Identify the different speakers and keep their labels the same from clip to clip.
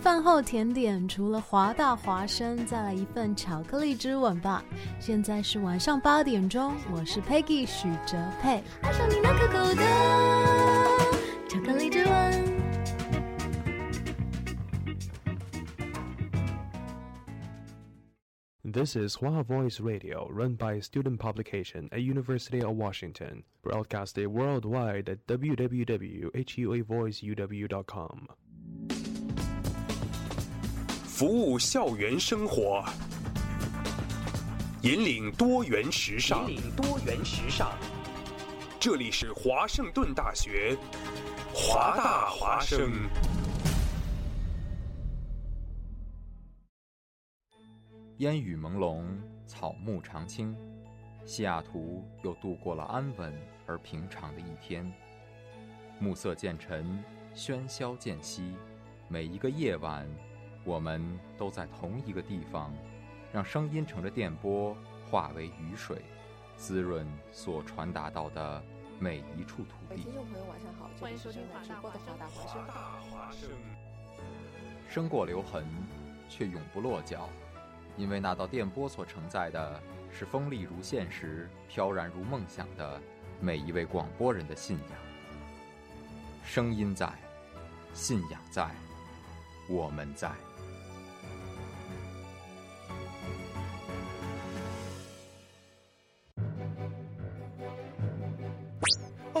Speaker 1: 饭后甜点除了华大华生，再来一份巧克力之吻吧。现在是晚上八点钟，我是 Peggy 许哲佩。
Speaker 2: 爱上你那可口的巧克力之吻。
Speaker 3: This is Hua Voice Radio, run by a student publication at University of Washington, broadcasted worldwide at www.huavoiceuw.com.
Speaker 4: 服务校园生活，引领多元时尚。
Speaker 5: 引领多元时尚。
Speaker 4: 这里是华盛顿大学，华大华生。
Speaker 6: 烟雨朦胧，草木常青，西雅图又度过了安稳而平常的一天。暮色渐沉，喧嚣渐息，每一个夜晚，我们都在同一个地方，让声音乘着电波化为雨水，滋润所传达到的每一处土
Speaker 7: 嗯
Speaker 8: 各位哎
Speaker 6: 地
Speaker 8: 听。众朋友，晚上好，这里是正在直播的华大华
Speaker 4: 华
Speaker 8: 生。
Speaker 4: 大华生，
Speaker 6: 生过留痕，却永不落脚，因为那道电波所承载的是锋利如现实、飘然如梦想的每一位广播人的信仰。声音在，信仰在，我们在。
Speaker 9: 哦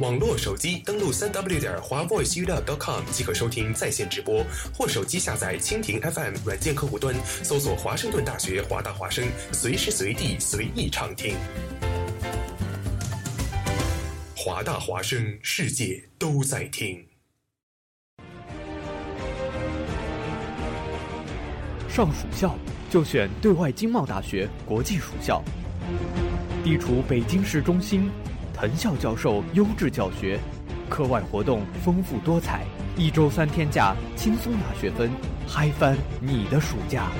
Speaker 9: 网络手机登录三 w 点华 voice u w com 即可收听在线直播，或手机下载蜻蜓 FM 软件客户端，搜索华盛顿大学华大华声，随时随地随意畅听。华大华声，世界都在听。
Speaker 10: 上暑校就选对外经贸大学国际暑校，地处北京市中心，藤校教授优质教学，课外活动丰富多彩，一周三天假，轻松拿学分，嗨翻你的暑假！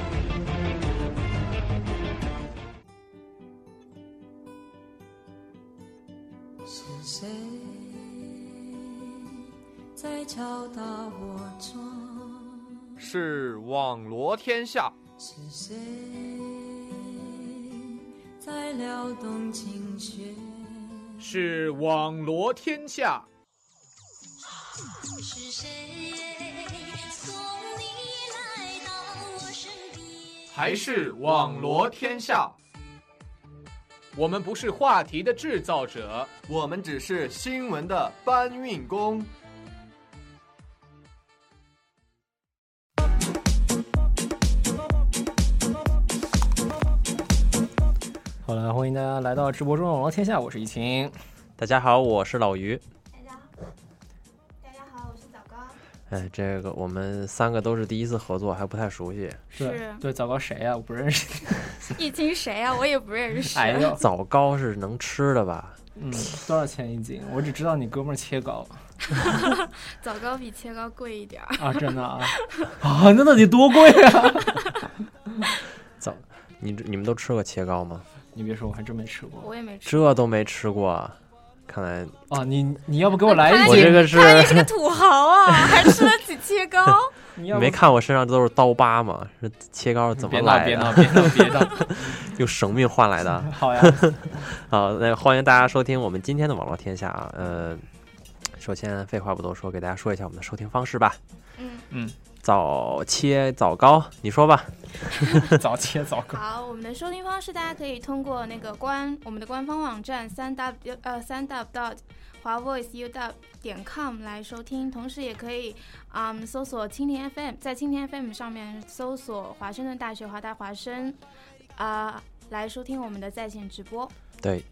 Speaker 2: 是谁在敲打我窗？
Speaker 5: 是网罗天下，
Speaker 2: 是谁在撩动琴弦？
Speaker 5: 是网罗天下。
Speaker 2: 是谁送你来到我身边？
Speaker 5: 还是网罗天下。我们不是话题的制造者，我们只是新闻的搬运工。
Speaker 11: 好了，欢迎大家来到直播中网络天下，我是一清。
Speaker 7: 大家好，我是老于。
Speaker 8: 大家好，我是枣糕。
Speaker 7: 哎，这个我们三个都是第一次合作，还不太熟悉。
Speaker 11: 对对，糟糕，谁啊呀、我不认识。
Speaker 12: 一斤谁啊？我也不认识。
Speaker 11: 哎 呦，
Speaker 7: 枣糕是能吃的吧？
Speaker 11: 嗯，多少钱一斤？我只知道你哥们儿切 糕
Speaker 12: 枣糕比切糕贵一点儿。
Speaker 11: 啊，真的啊啊，那到底多贵啊？
Speaker 7: 枣，你你们都吃过切糕吗？
Speaker 11: 你别说，我还真没吃过
Speaker 12: 我也 没吃。
Speaker 7: 这都没吃过，看来
Speaker 11: 啊。你你要不给我来一
Speaker 7: 我这
Speaker 11: 斤？
Speaker 7: 个是
Speaker 12: 他也是个土豪啊，还吃了几切糕。
Speaker 11: 你
Speaker 7: 你
Speaker 11: 要不
Speaker 7: 没看我身上都是刀疤吗？是切糕是怎么
Speaker 11: 别闹
Speaker 7: 来啊
Speaker 11: 别
Speaker 7: 的？
Speaker 11: 闹别闹别闹！
Speaker 7: 用生命换来的。
Speaker 11: 好呀，
Speaker 7: 好，那欢迎大家收听我们今天的网络天下啊。呃，首先废话不多说，给大家说一下我们的收听方式吧。
Speaker 12: 嗯，
Speaker 7: 早切枣糕，你说吧。
Speaker 11: 早切早 糕。
Speaker 12: 好，我们的收听方式大家可以通过那个官我们的官方网站三 w 呃三 w dot 华 voice u dot 点 com 来收听，同时也可以嗯搜索蜻蜓 FM，在蜻蜓 FM 上面搜索华呃盛顿大学华大华生啊、来收听我们的在线直播。
Speaker 7: 对，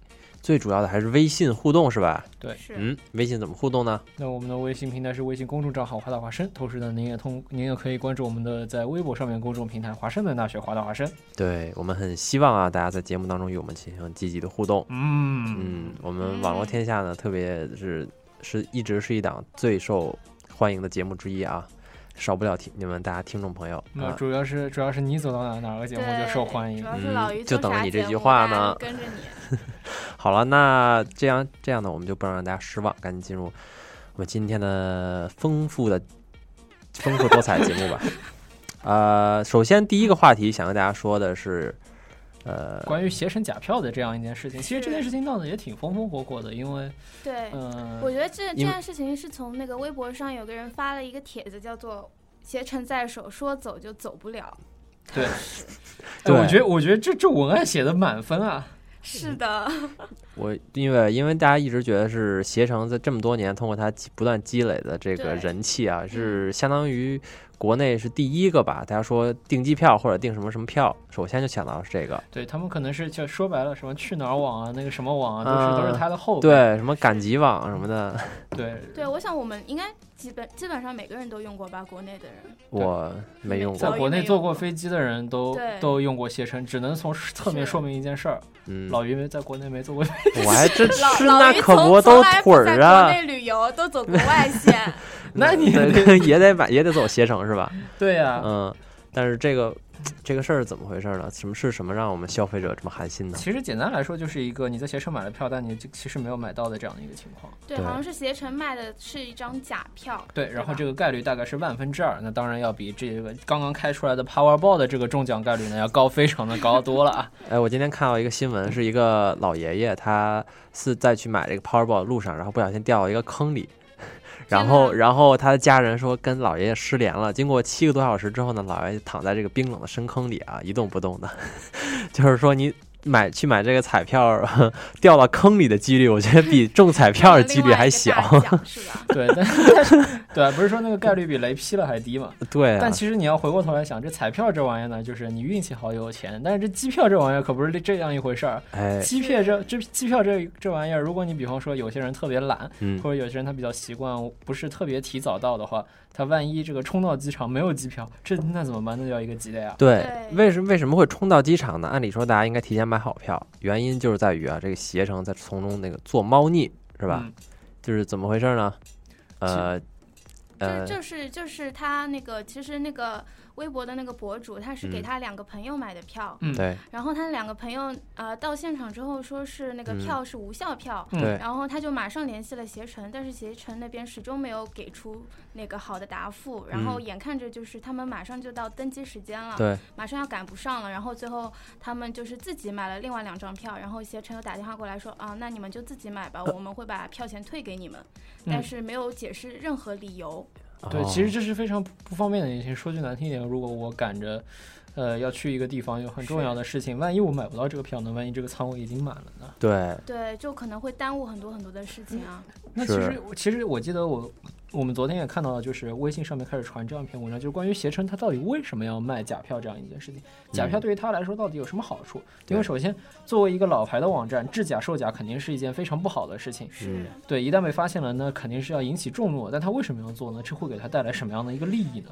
Speaker 7: 最主要的还是微信互动是吧？
Speaker 11: 对是
Speaker 7: 嗯，微信怎么互动呢？
Speaker 11: 那我们的微信平台是微信公众账号“华大华生”，同时呢，您也通您也可以关注我们的在微博上面公众平台“华盛顿大学华大华生
Speaker 7: 对我们很希望啊，大家在节目当中与我们进行积极的互动。
Speaker 11: 嗯
Speaker 7: 我们网络天下呢，特别是是一直是一档最受欢迎的节目之一啊，少不了听你们大家听众朋友”。
Speaker 11: 那
Speaker 7: 啊，
Speaker 11: 主要是主要是你走到哪哪个节目就受欢迎，
Speaker 12: 主要是老于
Speaker 7: 嗯就
Speaker 12: 做
Speaker 7: 等着
Speaker 12: 啥
Speaker 7: 你这
Speaker 12: 节
Speaker 7: 句
Speaker 12: 目
Speaker 7: 话
Speaker 12: 大家
Speaker 7: 呢
Speaker 12: 都跟着你。
Speaker 7: 好了，那这样这样呢，我们就不让大家失望，赶紧进入我们今天的丰富的、丰富多彩的节目吧。呃，首先第一个话题想跟大家说的是，呃，
Speaker 11: 关于携程假票的这样一件事情，其实这件事情闹得也挺风风火火的，因为
Speaker 12: 对，
Speaker 11: 嗯
Speaker 12: 我觉得这这
Speaker 11: 因为
Speaker 12: 件事情是从那个微博上有个人发了一个帖子，叫做“携程在手，说走就走不了
Speaker 11: 对，
Speaker 7: 对
Speaker 11: 哎我觉得我觉得这这文案写的满分啊，”。
Speaker 12: 是的，
Speaker 7: 我因为因为大家一直觉得是携程在这么多年通过它积不断积累的这个
Speaker 12: 对嗯
Speaker 7: 人气啊，是相当于国内是第一个吧？大家说订机票或者订什么什么票，首先就想到是这个。
Speaker 11: 对他们可能是就说白了什么去哪儿网啊，那个什么网啊，都是、都是他的后
Speaker 7: 啊
Speaker 11: 辈，
Speaker 7: 对什么赶集网什么的，
Speaker 11: 对，
Speaker 12: 对，我想我们应该基本基本上每个人都用过吧，国内的人。
Speaker 7: 我没用
Speaker 11: 在
Speaker 7: 过。
Speaker 11: 国内坐过飞机的人都
Speaker 12: 对
Speaker 11: 都用过携程，只能从侧面说明一件事儿：
Speaker 7: 嗯
Speaker 11: 老于没在国内没坐过飞机。
Speaker 7: 我还真
Speaker 12: 老
Speaker 7: 是
Speaker 12: 老
Speaker 7: 那
Speaker 12: 于
Speaker 7: 可
Speaker 12: 从
Speaker 7: 不
Speaker 12: 从
Speaker 7: 都
Speaker 12: 来
Speaker 7: 腿
Speaker 12: 在
Speaker 7: 儿
Speaker 12: 国
Speaker 7: 啊，
Speaker 12: 内旅游都走国 外线，
Speaker 11: 那你
Speaker 7: 对也得买也得走携程是吧？
Speaker 11: 对呀
Speaker 12: 啊
Speaker 7: 嗯，但是这个这个事儿是怎么回事呢？什么是什么让我们消费者这么寒心呢？
Speaker 11: 其实简单来说，就是一个你在携程买了票，但你就其实没有买到的这样的一个情况。
Speaker 12: 对，好像是携程卖的是一张假票。
Speaker 11: 对，然后这个概率大概是万分之二，那当然要比这个刚刚开出来的 Powerball 的这个中奖概率呢要高非常的高多了啊！
Speaker 7: 哎，我今天看到一个新闻，是一个老爷爷，他是在去买这个 Powerball 的路上，然后不小心掉到一个坑里，然后然后他的家人说跟老爷爷失联了。经过七个多小时之后呢，老爷爷躺在这个冰冷的深坑里啊，一动不动的。 就是说你买去买这个彩票 掉到坑里的几率，我觉得比中彩票的几率还小。
Speaker 11: 对，但但是对，啊不是说那个概率比雷劈了还低嘛？
Speaker 7: 对啊
Speaker 11: 但其实你要回过头来想，这彩票这玩意儿呢，就是你运气好有钱，但是这机票这玩意儿可不是这样一回事儿。
Speaker 7: 哎
Speaker 11: 机票这这机票这这玩意儿，如果你比方说有些人特别懒，
Speaker 7: 嗯
Speaker 11: 或者有些人他比较习惯不是特别提早到的话，他万一这个冲到机场没有机票，这那怎么办？那叫一个鸡肋啊！
Speaker 7: 对，为什为什么会冲到机场呢？按理说大家应该提前买好票，原因就是在于啊，这个携程在从中那个做猫腻，是吧？
Speaker 11: 嗯
Speaker 7: 就是怎么回事呢？呃
Speaker 12: 就是
Speaker 7: 呃，
Speaker 12: 就是就是他那个，其实那个微博的那个博主，他是给
Speaker 7: 嗯
Speaker 12: 他两个朋友买的票，
Speaker 7: 嗯对
Speaker 12: 然后他两个朋友呃到现场之后说是那个
Speaker 7: 嗯
Speaker 12: 票是无效票，
Speaker 7: 嗯对
Speaker 12: 然后他就马上联系了携程，但是携程那边始终没有给出那个好的答复，然后
Speaker 7: 嗯
Speaker 12: 眼看着就是他们马上就到登机时间了，
Speaker 7: 对
Speaker 12: 马上要赶不上了，然后最后他们就是自己买了另外两张票，然后携程又打电话过来说啊，那你们就自己买吧，
Speaker 7: 呃
Speaker 12: 我们会把票钱退给你们，
Speaker 11: 嗯
Speaker 12: 但是没有解释任何理由。
Speaker 11: 对，
Speaker 7: 哦
Speaker 11: 其实这是非常不方便的一些。说句难听一点，如果我赶着，呃，要去一个地方，有很重要的事情，万一我买不到这个票呢？万一这个仓位已经满了呢？
Speaker 7: 对，
Speaker 12: 对，就可能会耽误很多很多的事情啊。
Speaker 11: 那其实其实我记得我我们昨天也看到了，就是微信上面开始传这样一篇文章，就是关于携程它到底为什么要卖假票这样一件事情。假票对于它来说到底有什么好处？因为首先，作为一个老牌的网站，制假售假肯定是一件非常不好的事情。
Speaker 7: 嗯
Speaker 11: 对，一旦被发现了，那肯定是要引起众怒。但它为什么要做呢？这会给它带来什么样的一个利益呢？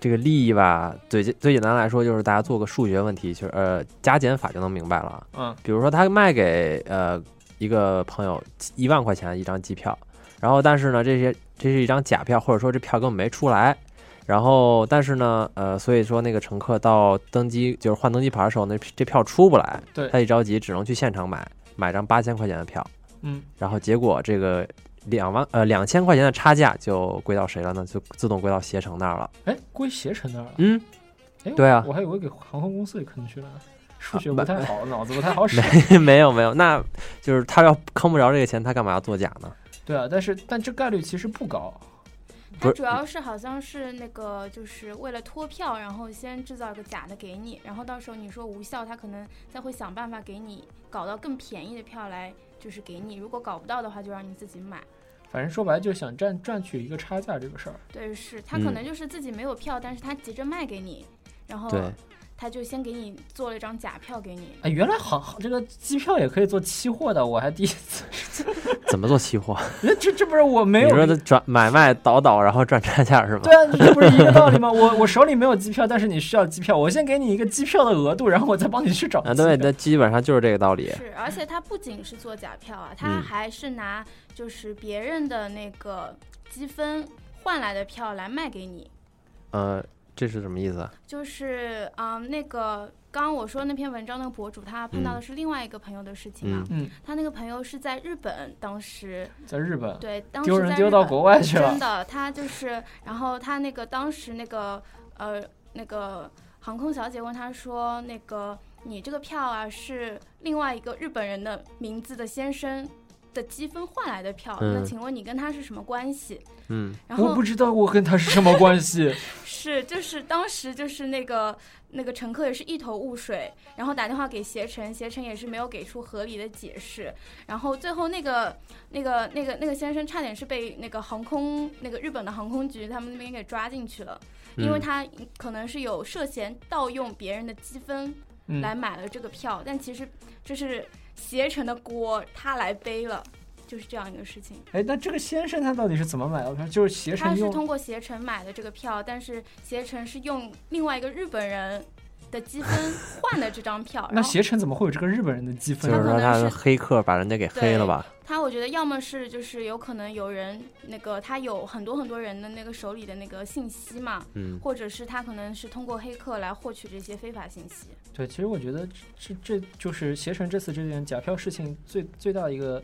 Speaker 7: 这个利益吧，最简最简单来说就是大家做个数学问题，就是呃加减法就能明白了。
Speaker 11: 嗯
Speaker 7: 比如说他卖给呃一个朋友一万块钱一张机票，然后但是呢这些这是一张假票，或者说这票根本没出来。然后，但是呢，呃，所以说那个乘客到登机就是换登机牌的时候，那这票出不来，
Speaker 11: 对
Speaker 7: 他一着急只能去现场买，买张八千块钱的票，
Speaker 11: 嗯，
Speaker 7: 然后结果这个两万呃两千块钱的差价就归到谁了呢？就自动归到携程那儿了。
Speaker 11: 哎，归携程那儿了。
Speaker 7: 嗯
Speaker 11: 哎，
Speaker 7: 对啊
Speaker 11: 我还以为给航空公司也坑去了呢，数学不太好，脑子不太好使。
Speaker 7: 没 没有没有，那就是他要坑不着这个钱，他干嘛要作假呢？
Speaker 11: 对啊，但是但这概率其实不高。
Speaker 12: 它
Speaker 7: 不是
Speaker 12: 主要是好像是那个，就是为了脱票，然后先制造一个假的给你，然后到时候你说无效，他可能再会想办法给你搞到更便宜的票来，就是给你。如果搞不到的话，就让你自己买。
Speaker 11: 反正说白了就是想赚赚取一个差价这个事儿。
Speaker 12: 对，是他可
Speaker 11: 嗯哦
Speaker 12: 能就是自己没有票，但是他急着卖给你，然后
Speaker 7: 对
Speaker 12: 他就先给你做了一张假票给你。
Speaker 11: 哎，原来航这个机票也可以做期货的，我还第一次。
Speaker 7: 怎么做期货？
Speaker 11: 那 这这不是我 没有
Speaker 7: 你说的转买卖倒倒，然后赚差价是吗？
Speaker 11: 对啊，这不是一个道理吗？我我手里没有机票，但是你需要机票，我先给你一个机票的额度，然后我再帮你去找
Speaker 7: 啊，对，那基本上就是这个道理。
Speaker 12: 是，而且他不仅是做假票啊，他
Speaker 7: 嗯
Speaker 12: 还是拿就是别人的那个积分换来的票来卖给你。
Speaker 7: 呃，这是什么意思啊？
Speaker 12: 就是嗯、那个刚刚我说那篇文章那个博主，他碰到的是另外一个朋友的事情嘛。
Speaker 11: 嗯嗯嗯
Speaker 12: 他那个朋友是在日本，当时
Speaker 11: 在日本
Speaker 12: 对，当时
Speaker 11: 丢人
Speaker 12: 在日
Speaker 11: 丢到
Speaker 12: 本
Speaker 11: 国外去了
Speaker 12: 真的，他就是，然后他那个当时那个呃那个航空小姐问他说，那个你这个票啊是另外一个日本人的名字的先生。的积分换来的票，那
Speaker 11: 嗯
Speaker 12: 请问你跟他是什么关系？
Speaker 7: 嗯
Speaker 12: 然后
Speaker 11: 我不知道我跟他是什么 关系。
Speaker 12: 是，就是当时就是那个那个乘客也是一头雾水，然后打电话给携程，携程也是没有给出合理的解释，然后最后那个那个那个那个先生差点是被那个航空那个日本的航空局他们那边给抓进去了，因为
Speaker 13: 嗯
Speaker 12: 他可能是有涉嫌盗用别人的积分
Speaker 13: 嗯
Speaker 12: 来买了这个票，但其实这是携程的锅，他来背了，就是这样一个事情。
Speaker 11: 哎，那这个先生他到底是怎么买到票？就是携
Speaker 12: 他
Speaker 11: 程
Speaker 12: 是
Speaker 11: 用
Speaker 12: 通过携程买的这个票，但是携程是用另外一个日本人的积分换的这张票。
Speaker 11: 那携程怎么会有这个日本人的积
Speaker 7: 就
Speaker 11: 分？
Speaker 7: 是说他是黑客把人家给黑了吧？
Speaker 12: 他我觉得要么是就是有可能有人那个他有很多很多人的那个手里的那个信息嘛，
Speaker 7: 嗯
Speaker 12: 或者是他可能是通过黑客来获取这些非法信息。
Speaker 11: 对，其实我觉得这这这就是携程这次这件假票事情最最大的一个，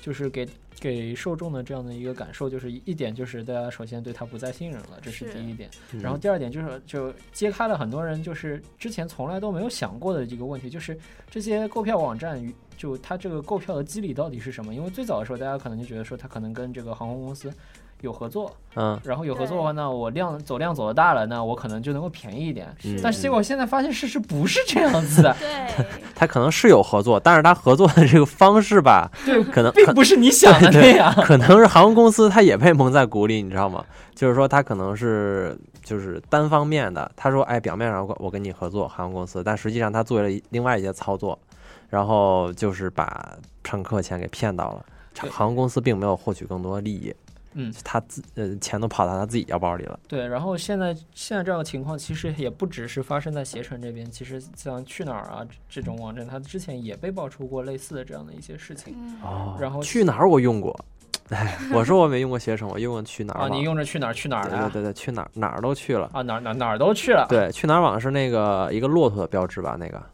Speaker 11: 就是给给受众的这样的一个感受，就是一点就是大家首先对他不再信任了，这是
Speaker 12: 是
Speaker 11: 第一点。
Speaker 7: 嗯
Speaker 11: 然后第二点就是就揭开了很多人就是之前从来都没有想过的一个问题，就是这些购票网站与就它这个购票的机理到底是什么？因为最早的时候大家可能就觉得说它可能跟这个航空公司。有合作，
Speaker 7: 嗯
Speaker 11: 然后有合作的话，那我量走量走的大了，那我可能就能够便宜一点。
Speaker 7: 是
Speaker 11: 但是结果现在发现事实不是这样子 的，
Speaker 7: 他可能是有合作，但是他合作的这个方式吧，
Speaker 11: 对
Speaker 7: 可能
Speaker 11: 并不是你想的那
Speaker 7: 对
Speaker 11: 样
Speaker 7: 可能是航空公司他也被蒙在鼓里，你知道吗？就是说他可能是就是单方面的，他说哎，表面上我跟你合作航空公司，但实际上他做了一另外一些操作，然后就是把乘客钱给骗到了。
Speaker 11: 对
Speaker 7: 航空公司并没有获取更多利益，
Speaker 11: 嗯，
Speaker 7: 他自呃钱都跑到他自己腰包里了。
Speaker 11: 对，然后现在现在这样的情况其实也不只是发生在携程这边，其实像去哪儿啊这种网站，它之前也被爆出过类似的这样的一些事情。
Speaker 12: 嗯
Speaker 7: 哦，
Speaker 11: 然后
Speaker 7: 去哪儿我用过， 哎，我说我没用过携程，我用过去哪儿
Speaker 11: 啊，
Speaker 7: 网
Speaker 11: 你用着去哪儿去哪儿
Speaker 7: 对
Speaker 11: 了
Speaker 7: 对对对，去哪儿哪儿都去了
Speaker 11: 啊，哪儿哪儿哪儿都去了，
Speaker 7: 对，去哪儿网是那个一个骆驼的标志吧？那个
Speaker 11: 啊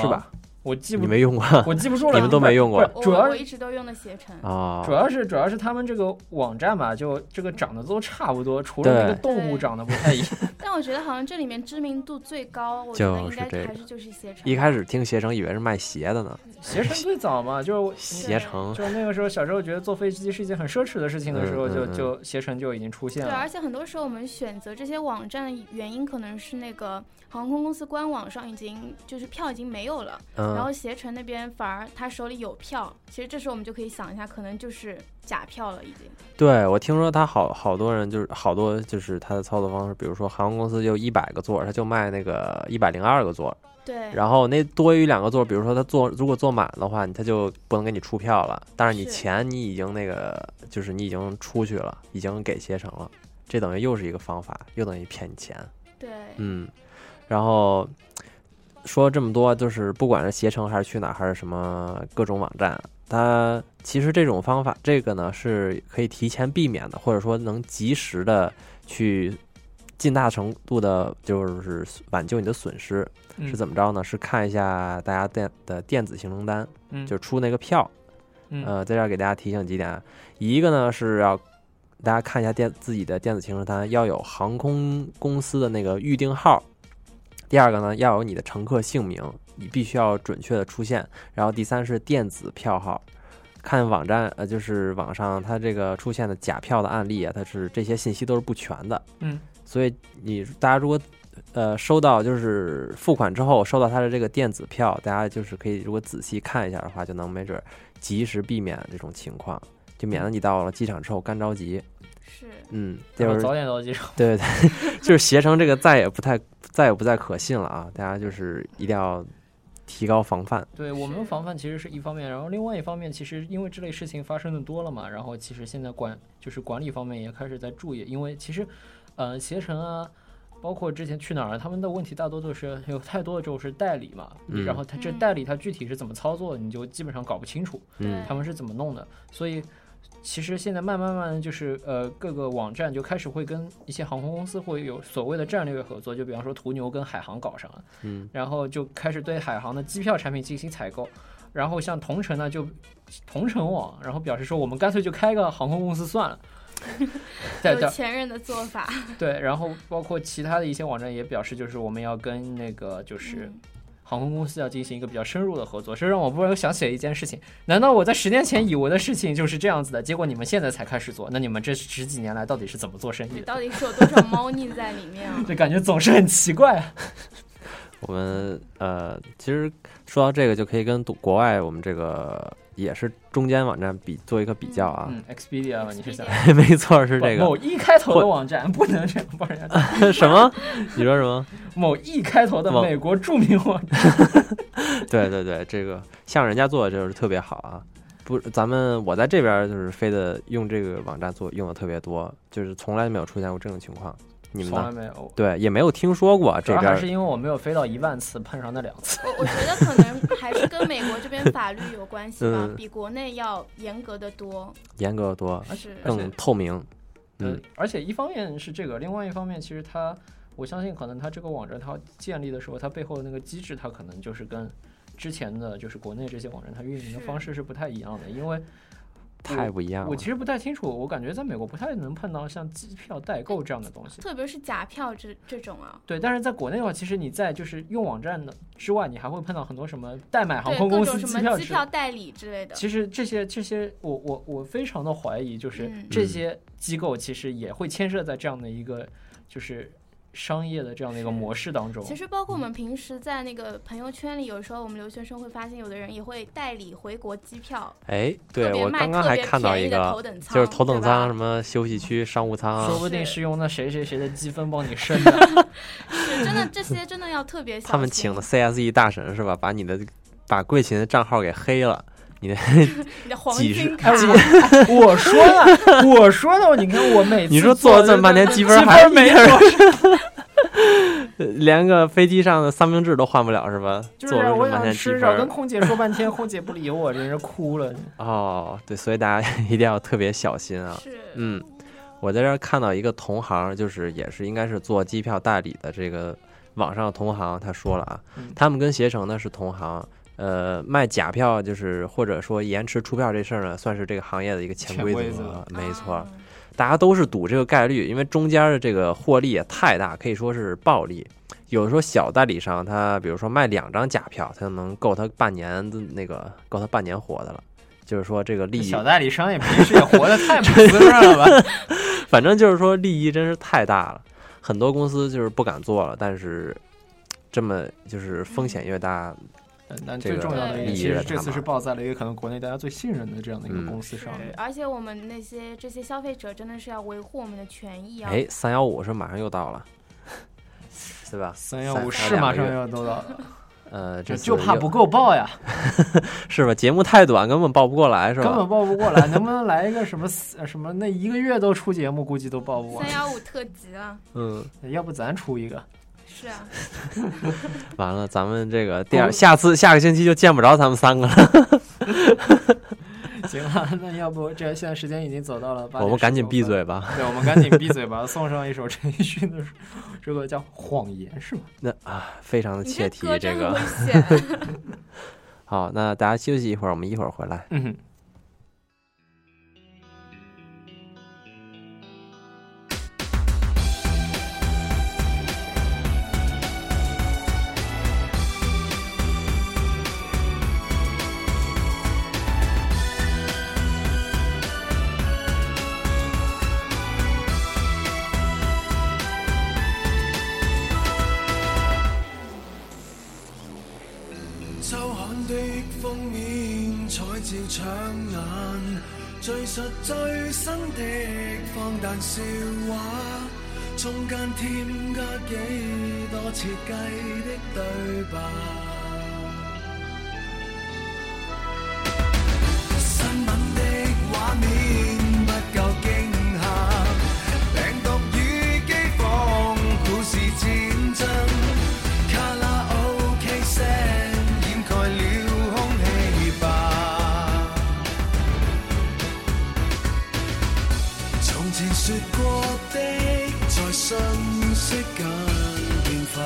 Speaker 7: 是吧？
Speaker 11: 我记不
Speaker 7: 你没用过，
Speaker 11: 我记不住了，
Speaker 7: 你们都没用过
Speaker 11: 不是主要
Speaker 12: 我
Speaker 11: 是
Speaker 12: 一直都用的携程。
Speaker 7: 啊？
Speaker 11: 主要是主要是他们这个网站吧，就这个长得都差不多，除了那个
Speaker 7: 对
Speaker 11: 动物长得不太 一样。
Speaker 12: 但我觉得好像这里面知名度最高，我觉得
Speaker 7: 就
Speaker 12: 应
Speaker 7: 是
Speaker 12: 该
Speaker 7: 这
Speaker 12: 还
Speaker 7: 个
Speaker 12: 是就是携程。
Speaker 7: 一开始听携程以为是卖鞋的呢，
Speaker 11: 携程最早嘛，就是我
Speaker 7: 携程
Speaker 11: 就是那个时候小时候觉得坐飞机是一件很奢侈的事情的时候，
Speaker 7: 嗯嗯
Speaker 11: 就
Speaker 7: 嗯
Speaker 11: 就携程就已经出现
Speaker 12: 对，
Speaker 11: 了
Speaker 12: 而。且很多时候我们选择这些网站的原因，可能是那个航空公司官网上已经就是票已经没有了，
Speaker 7: 嗯
Speaker 12: 然后携程那边反而他手里有票，其实这时候我们就可以想一下，可能就是假票了已经。
Speaker 7: 对我听说他好好多人就是好多就是他的操作方式，比如说航空公司就一百个座儿，他就卖那个一百零二个座儿，
Speaker 12: 对
Speaker 7: 然后那多余两个座儿，比如说他坐如果坐满的话，他就不能给你出票了，但是你
Speaker 12: 是
Speaker 7: 钱你已经那个就是你已经出去了，已经给携程了，这等于又是一个方法，又等于骗你钱。
Speaker 12: 对，
Speaker 7: 嗯，然后说这么多，就是不管是携程还是去哪儿，还是什么各种网站，它其实这种方法，这个呢是可以提前避免的，或者说能及时的去尽大程度的，就是挽救你的损失。
Speaker 11: 嗯
Speaker 7: 是怎么着呢？是看一下大家电的电子行程单，
Speaker 11: 嗯
Speaker 7: 就出那个票。
Speaker 11: 嗯
Speaker 7: 呃，在这儿给大家提醒几点啊，一个呢是要大家看一下电自己的电子行程单，要有航空公司的那个预定号。第二个呢，要有你的乘客姓名，你必须要准确的出现。然后第三是电子票号，看网站呃，就是网上它这个出现的假票的案例啊，它是这些信息都是不全的。
Speaker 11: 嗯，
Speaker 7: 所以你大家如果呃收到就是付款之后收到它的这个电子票，大家就是可以如果仔细看一下的话，就能没准儿及时避免这种情况，就免得你到了机场之后干着急。
Speaker 12: 是，
Speaker 7: 嗯，
Speaker 11: 然后
Speaker 7: 就是
Speaker 11: 早点到机场
Speaker 7: 对对对，就是携程这个再也不太再也不再可信了啊！大家就是一定要提高防范。
Speaker 11: 对我们防范其实是一方面，然后另外一方面，其实因为这类事情发生的多了嘛，然后其实现在管就是管理方面也开始在注意，因为其实，呃，携程啊，包括之前去哪儿啊，他们的问题大多都是有太多的就是代理嘛，
Speaker 7: 嗯
Speaker 11: 然后他这代理他具体是怎么操作的，你就基本上搞不清楚，
Speaker 7: 嗯
Speaker 11: 他们是怎么弄的，所以。其实现在慢慢慢地就是呃，各个网站就开始会跟一些航空公司会有所谓的战略合作，就比方说途牛跟海航搞上了，
Speaker 7: 嗯
Speaker 11: 然后就开始对海航的机票产品进行采购。然后像同城呢，就同城网，然后表示说我们干脆就开个航空公司算了。对
Speaker 12: 有
Speaker 11: 对
Speaker 12: 前任的做 法，
Speaker 11: 对，然后包括其他的一些网站也表示，就是我们要跟那个就是
Speaker 12: 嗯
Speaker 11: 航空公司要进行一个比较深入的合作。这让我忽然想起了一件事情：难道我在十年前以为的事情就是这样子的，结果你们现在才开始做？那你们这十几年来到底是怎么做生意
Speaker 7: 嗯
Speaker 12: 你
Speaker 11: 的？
Speaker 12: 到底是有多少猫腻在里面 啊？
Speaker 11: 这感觉总是很奇怪啊。
Speaker 7: 我们呃，其实说到这个，就可以跟国外我们这个也是中间网站比做一个比较啊。？
Speaker 11: 嗯，Expedia 嘛，你是想
Speaker 7: 没错是这个
Speaker 11: 某一开头的
Speaker 7: 或。
Speaker 11: 嗯网站不能这样帮人家
Speaker 7: 什么？你说什么？
Speaker 11: 某一开头的
Speaker 7: 某
Speaker 11: 美国著名网 站。
Speaker 7: 对对对，这个像人家做的就是特别好啊。不，咱们我在这边就是非得用这个网站做用的特别多，就是从来没有出现过这种情况。你们呢？
Speaker 11: 从来没有
Speaker 7: 对，也没有听说过
Speaker 11: 主
Speaker 7: 这
Speaker 11: 要
Speaker 7: 边
Speaker 11: 还
Speaker 7: 儿。
Speaker 11: 是因为我没有飞到一万次，碰上那两次。
Speaker 12: 我觉得可能还是跟美国这边法律有关系吧，
Speaker 7: 嗯
Speaker 12: 比国内要严格的多。
Speaker 7: 严格得多
Speaker 12: 是，
Speaker 7: 更透明。
Speaker 11: 呃
Speaker 7: 嗯，，
Speaker 11: 而且一方面是这个，另外一方面其实它，我相信可能它这个网站它建立的时候，它背后的那个机制，它可能就是跟之前的就是国内这些网站它运营的方式是不太一样的，因为。
Speaker 7: 太不一样
Speaker 11: 我！我
Speaker 7: 了
Speaker 11: 其实不太清楚，我感觉在美国不太能碰到像机票代购这样的东西。
Speaker 12: 特别是假票这这种啊，
Speaker 11: 对，但是在国内的话，其实你在就是用网站的之外，你还会碰到很多什么代买航
Speaker 12: 对
Speaker 11: 空
Speaker 12: 各
Speaker 11: 公
Speaker 12: 种
Speaker 11: 司
Speaker 12: 什
Speaker 11: 机票
Speaker 12: 么
Speaker 11: 之
Speaker 12: 机票代理之类的。
Speaker 11: 其实这些这些，我我我非常的怀疑，就是
Speaker 12: 嗯
Speaker 11: 这些机构其实也会牵涉在这样的一个就是商业的这样的一个模式当中。
Speaker 12: 其实包括我
Speaker 11: 嗯
Speaker 12: 们平时在那个朋友圈里，有时候我们留学生会发现，有的人也会代理回国机票。
Speaker 7: 哎，
Speaker 12: 特
Speaker 7: 对
Speaker 12: 别
Speaker 7: 我
Speaker 12: 卖
Speaker 7: 刚刚
Speaker 12: 特
Speaker 7: 还
Speaker 12: 别
Speaker 7: 看到
Speaker 12: 便宜
Speaker 7: 一
Speaker 12: 的
Speaker 7: 个
Speaker 12: 头等，舱
Speaker 7: 就是头
Speaker 12: 对
Speaker 7: 等
Speaker 12: 吧
Speaker 7: 舱什么休息区、商务舱啊，
Speaker 11: 说不定是用那谁谁谁的积分帮你升的，
Speaker 12: 是真的，这些真的要特别小心。
Speaker 7: 他们请的 CSE 大神是吧？把你的把贵琴的账号给黑了，你的
Speaker 12: 你的黄
Speaker 7: 几十
Speaker 12: 金卡
Speaker 7: 几
Speaker 11: 哎 我说了，我说了，你看我每次
Speaker 7: 你说
Speaker 11: 做
Speaker 7: 做了这么半天积
Speaker 11: 积
Speaker 7: 分还
Speaker 11: 没
Speaker 7: 没
Speaker 11: 有
Speaker 7: 人， 连个飞机上的三明治都换不了是吧？
Speaker 11: 就是
Speaker 7: 做了这
Speaker 11: 我
Speaker 7: 么半
Speaker 11: 想
Speaker 7: 天积
Speaker 11: 吃
Speaker 7: 分
Speaker 11: 着，跟
Speaker 7: 儿
Speaker 11: 空姐说半天，空姐不理我，真是哭 了。
Speaker 7: 哦，对，所以大家 一定要特别小心啊。
Speaker 12: 是，
Speaker 7: 嗯，我在这儿看到一个同行，就是也是应该是做机票代理的这个网上的同行，他说了啊，
Speaker 11: 嗯
Speaker 7: 他们跟携程呢是同行。呃，卖假票就是或者说延迟出票这事儿呢，算是这个行业的一个潜
Speaker 11: 潜
Speaker 7: 规则
Speaker 11: 规则
Speaker 7: 了，
Speaker 11: 啊
Speaker 7: 没错儿。
Speaker 11: 嗯
Speaker 7: 大家都是赌这个概率，因为中间的这个获利也太大，可以说是暴利。有的时候小代理商他比如说卖两张假票，他就能够他半年的那个够他半年活的了。就是说这个利益，
Speaker 11: 小代理商也平时也活得太不滋润了 吧？
Speaker 7: 反正就是说利益真是太大了，很多公司就是不敢做了，但是这么就是风险越大，
Speaker 11: 但
Speaker 7: 这
Speaker 11: 最
Speaker 7: 个
Speaker 11: 重要的一
Speaker 7: 利
Speaker 11: 个，
Speaker 7: 益
Speaker 11: 其
Speaker 7: 越
Speaker 11: 实
Speaker 7: 大
Speaker 11: 这次
Speaker 7: 嘛
Speaker 11: 是报在了一个可能国内大家最信任的这样的一个
Speaker 7: 嗯
Speaker 11: 公司上面。
Speaker 12: 而且我们那些这些消费者真的是要维护我们的权益啊。
Speaker 7: 哎，三幺五是马上又到了，是吧？三
Speaker 11: 315是马上要到了，
Speaker 7: 呃，
Speaker 11: 就
Speaker 7: 这
Speaker 11: 就
Speaker 7: 次
Speaker 11: 怕
Speaker 7: 又
Speaker 11: 不够报呀，
Speaker 7: 是吧？节目太短，根本报不过来，是
Speaker 11: 根
Speaker 7: 吧？
Speaker 11: 本报不过来。能不能来一个什么四呃什么那一个月都出节目，估计都报不完
Speaker 12: 三。幺五特辑啊，
Speaker 7: 嗯，
Speaker 11: 要不咱出一个？
Speaker 12: 是啊，
Speaker 7: 完了，咱们这个第二
Speaker 11: 嗯
Speaker 7: 下次下个星期就见不着咱们三个了。
Speaker 11: 行啊， 那要不这现在时间已经走到了八点
Speaker 7: 我们赶
Speaker 11: 15
Speaker 7: 紧闭
Speaker 11: 分
Speaker 7: 嘴吧
Speaker 11: 对，我们赶紧闭嘴吧，送上一首陈奕迅的，这个叫《谎言》是吧？
Speaker 7: 那啊，非常的
Speaker 11: 你
Speaker 7: 切
Speaker 11: 这
Speaker 7: 题
Speaker 11: 歌，
Speaker 7: 这
Speaker 11: 真
Speaker 7: 个
Speaker 11: 危险。
Speaker 7: 好，那大家休息一会儿，我们一会儿回来。
Speaker 11: 嗯。
Speaker 13: 秋刊的封面彩照搶眼，最實最新的放誕笑話，中間添加幾多所設計的對白。新聞的畫面不夠驚嚇，病毒與機房故事戰爭，卡拉 OK 聲掩蓋了空氣吧。從前說過的，在信息間變化。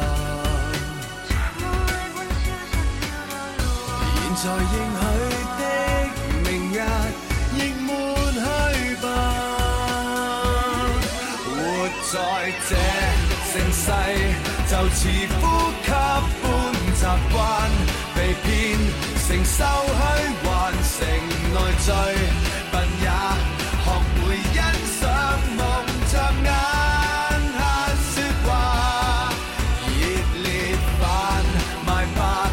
Speaker 13: 現在應許的，明日亦沒去吧。活在這盛世，就似呼吸般習慣，被騙承受虛幻，城內最笨也。學會欣賞望着眼下説話，熱烈飯賣百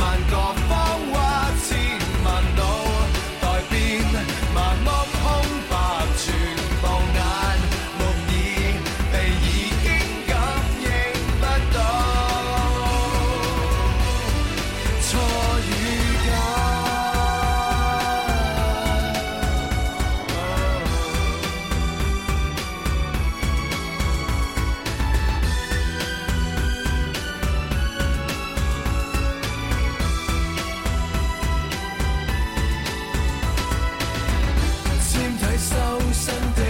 Speaker 13: 萬個謊話，千萬腦袋變麻木空白，全部眼目耳鼻已經感應不到錯與假。先睇修身的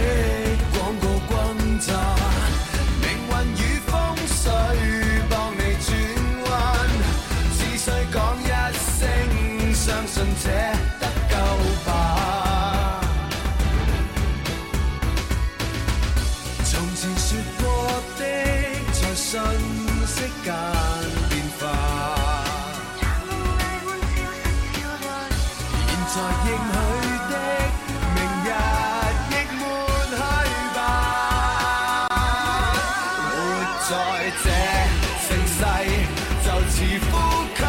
Speaker 13: 廣告轟炸，命運與風水幫你轉彎，只需講一聲，相信這得夠吧。從前說過的，在信息間變化。現在應許的，明日亦沒去吧。活在這盛世，就似呼吸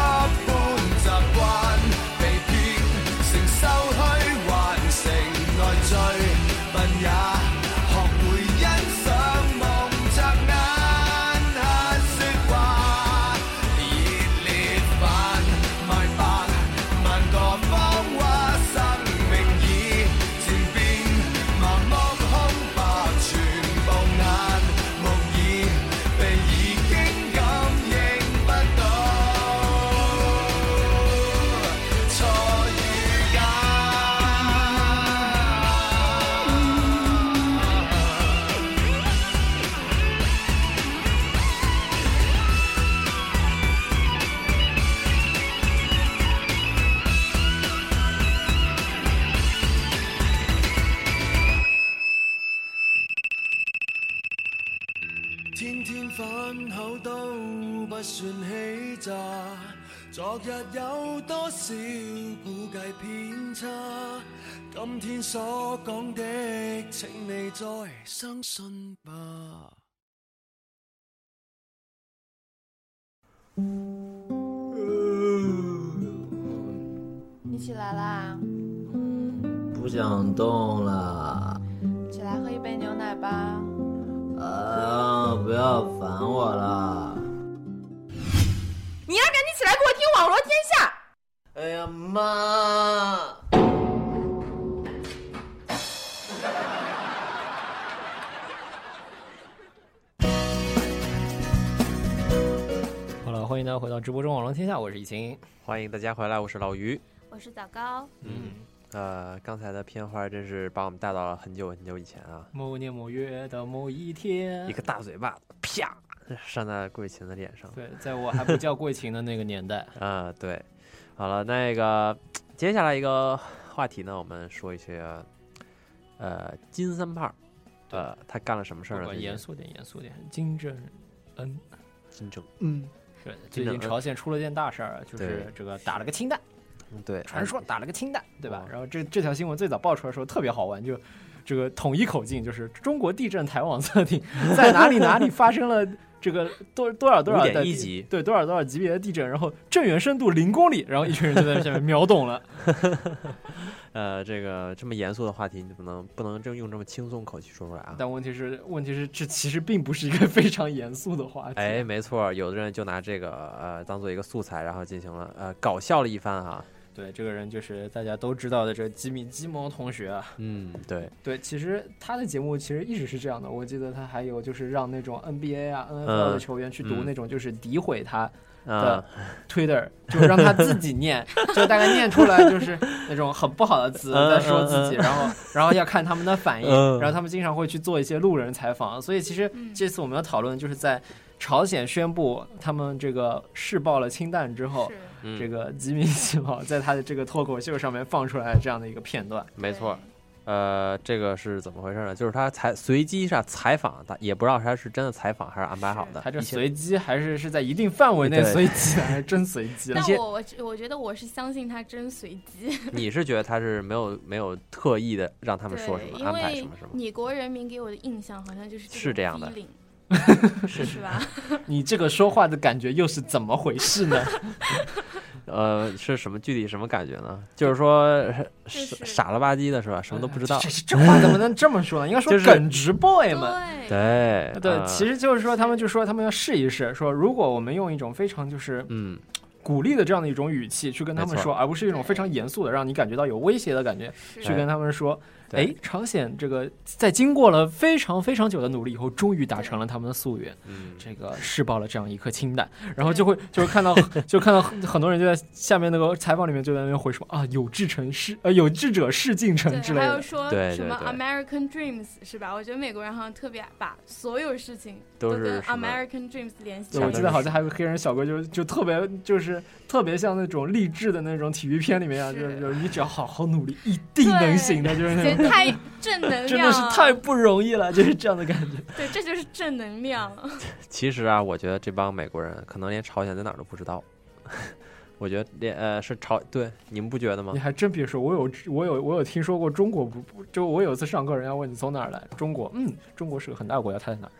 Speaker 13: 般習慣，被騙承受虛幻，城內最笨也學會欣賞，望着眼下説話，熱烈飯賣白。萬個謊話，生命已漸變麻木空白，全部眼目耳鼻已經感應不到錯與假。天天反口都不算欺詐，昨日有多少估計偏差，今天所講的，請你再相信吧。
Speaker 8: 你起来啦，
Speaker 14: 不想动了，
Speaker 8: 起来喝一杯牛奶吧。
Speaker 14: 啊！不要烦我了。
Speaker 15: 你要赶紧起来给我听《网罗天下》。
Speaker 14: 哎呀妈！
Speaker 11: 好了，欢迎大家回到直播中网络天下，我是易晴。
Speaker 7: 欢迎大家回来，我是老于。
Speaker 12: 我是枣糕，
Speaker 7: 嗯，呃，刚才的片花真是把我们带到了很久很久以前啊，
Speaker 11: 某年某月的某一天，
Speaker 7: 一个大嘴巴啪扇在桂琴的脸上。
Speaker 11: 对，在我还不叫桂琴的那个年代，
Speaker 7: 啊、对，好了，那个接下来一个话题呢，我们说一些，呃，金三胖，呃，他干了什 么事儿
Speaker 11: 不
Speaker 7: 呢？
Speaker 11: 管
Speaker 7: 最近
Speaker 11: 严肃点，严肃点。金正恩，
Speaker 7: 金正，
Speaker 11: 嗯，对，
Speaker 7: 金
Speaker 11: 最
Speaker 7: 正
Speaker 11: 近
Speaker 7: 恩
Speaker 11: 朝鲜出了件大事儿，啊就
Speaker 7: 呃对嗯
Speaker 11: 是这个打了个氢弹，
Speaker 7: 对，
Speaker 11: 传说打了个氢弹，对
Speaker 7: 哦
Speaker 11: 吧？然后这这条新闻最早爆出来的时候特别好玩，就 这个统一口径，就是中国地震台网测定在哪里哪里发生了这个多多少多少
Speaker 7: 5.1
Speaker 11: 的
Speaker 7: 级
Speaker 11: 对多少多少级别的地震，然后震源深度零公里，然后一群人就在下面秒懂 了。
Speaker 7: 嗯呃，这个这么严肃的话题，你不能不能这么用这么轻松口气说出来啊？
Speaker 11: 但问题是，问题是这其实并不是一个非常严肃的话题。
Speaker 7: 哎，没错，有的人就拿这个呃当做一个素材，然后进行了呃搞笑了一番哈。
Speaker 11: 对，这个人就是大家都知道的这个吉米鸡毛同学啊。
Speaker 7: 嗯，对，
Speaker 11: 对，其实他的节目其实一直是这样的。我记得他还有就是让那种 NBA 啊、NFL 的球员去读
Speaker 7: 嗯
Speaker 11: 那种就是诋毁他
Speaker 7: 啊
Speaker 11: 的 Twitter，、就让他自己 念，就大概念出来就是那种很不好的词
Speaker 7: 嗯
Speaker 11: 在说自己，
Speaker 7: 嗯嗯
Speaker 11: 然后然后要看他们的反应，
Speaker 7: 嗯
Speaker 11: 然后他们经常会去做一些路人采访。所以其
Speaker 12: 嗯
Speaker 11: 实这次我们要讨论就是在。朝鲜宣布他们这个试爆了氢弹之后，
Speaker 7: 嗯
Speaker 11: 这个吉米喜宝在他的这个脱口秀上面放出来这样的一个片段，
Speaker 7: 没错。呃，这个是怎么回事呢？就是他采随机上采访，他也不知道他是真的采访还是安排好的。
Speaker 11: 他这
Speaker 7: 一些
Speaker 11: 随机还是是在一定范围内
Speaker 7: 对
Speaker 11: 随机的，还是真随机了
Speaker 12: 但？我我我觉得我是相信他真随机。
Speaker 7: 你是觉得他是没有没有特意的让他们说什
Speaker 12: 对
Speaker 7: 么
Speaker 12: 因
Speaker 7: 安排
Speaker 12: 为
Speaker 7: 什么什么？
Speaker 12: 你国人民给我的印象好像就是
Speaker 7: 是这样的
Speaker 12: feeling，是吧？
Speaker 11: 你这个说话的感觉又是怎么回事呢？
Speaker 7: 呃，是什么具体什么感觉呢？就是说傻傻了吧唧的是吧？什么都不知道。
Speaker 11: 这话怎么能这么说呢？应该说
Speaker 7: 就是
Speaker 11: 耿直
Speaker 7: 哎
Speaker 11: boy 们。
Speaker 7: 对
Speaker 11: 对，
Speaker 7: 呃
Speaker 11: 其实就是说，他们就说他们要试一试，说如果我们用一种非常就是
Speaker 7: 嗯
Speaker 11: 鼓励的这样的一种语气去跟他们
Speaker 7: 没错
Speaker 11: 说，而不是一种非常严肃的，让你感觉到有威胁的感觉，去跟他们说，
Speaker 7: 对
Speaker 11: 哎，朝鲜这个在经过了非常非常久的努力以后，终于达成了他们的夙愿，
Speaker 7: 嗯
Speaker 11: 这个试爆了这样一颗氢弹，然后就会就会看到就看到很很多人就在下面那个采访里面就在那边回说啊，有志成事呃有志者事竟成之类
Speaker 12: 还
Speaker 11: 的，
Speaker 12: 有说什么 American Dreams 是吧？我觉得美国人好像特别把所有事情
Speaker 11: 都是
Speaker 12: 跟
Speaker 11: 什么
Speaker 12: American Dreams 联系
Speaker 11: 对，
Speaker 12: 在
Speaker 11: 我
Speaker 12: 一起。
Speaker 11: 记得好像还有个黑人小哥就，就特别就是特别像那种励志的那种体育片里面一样，就是就是你只要好好努力，一定能行的，就是那种
Speaker 12: 太正能量，
Speaker 11: 真的是太不容易了，就是这样的感觉。
Speaker 12: 对，这就是正能量。
Speaker 7: 其实啊，我觉得这帮美国人可能连朝鲜在哪儿都不知道。 我觉得连呃是朝对你们不觉得吗
Speaker 11: 你？还真别说，我有我有我有听说过中国不不就我有一次上课，人家问你从哪儿来，中国，嗯，中国是个很大的国家，它在哪儿？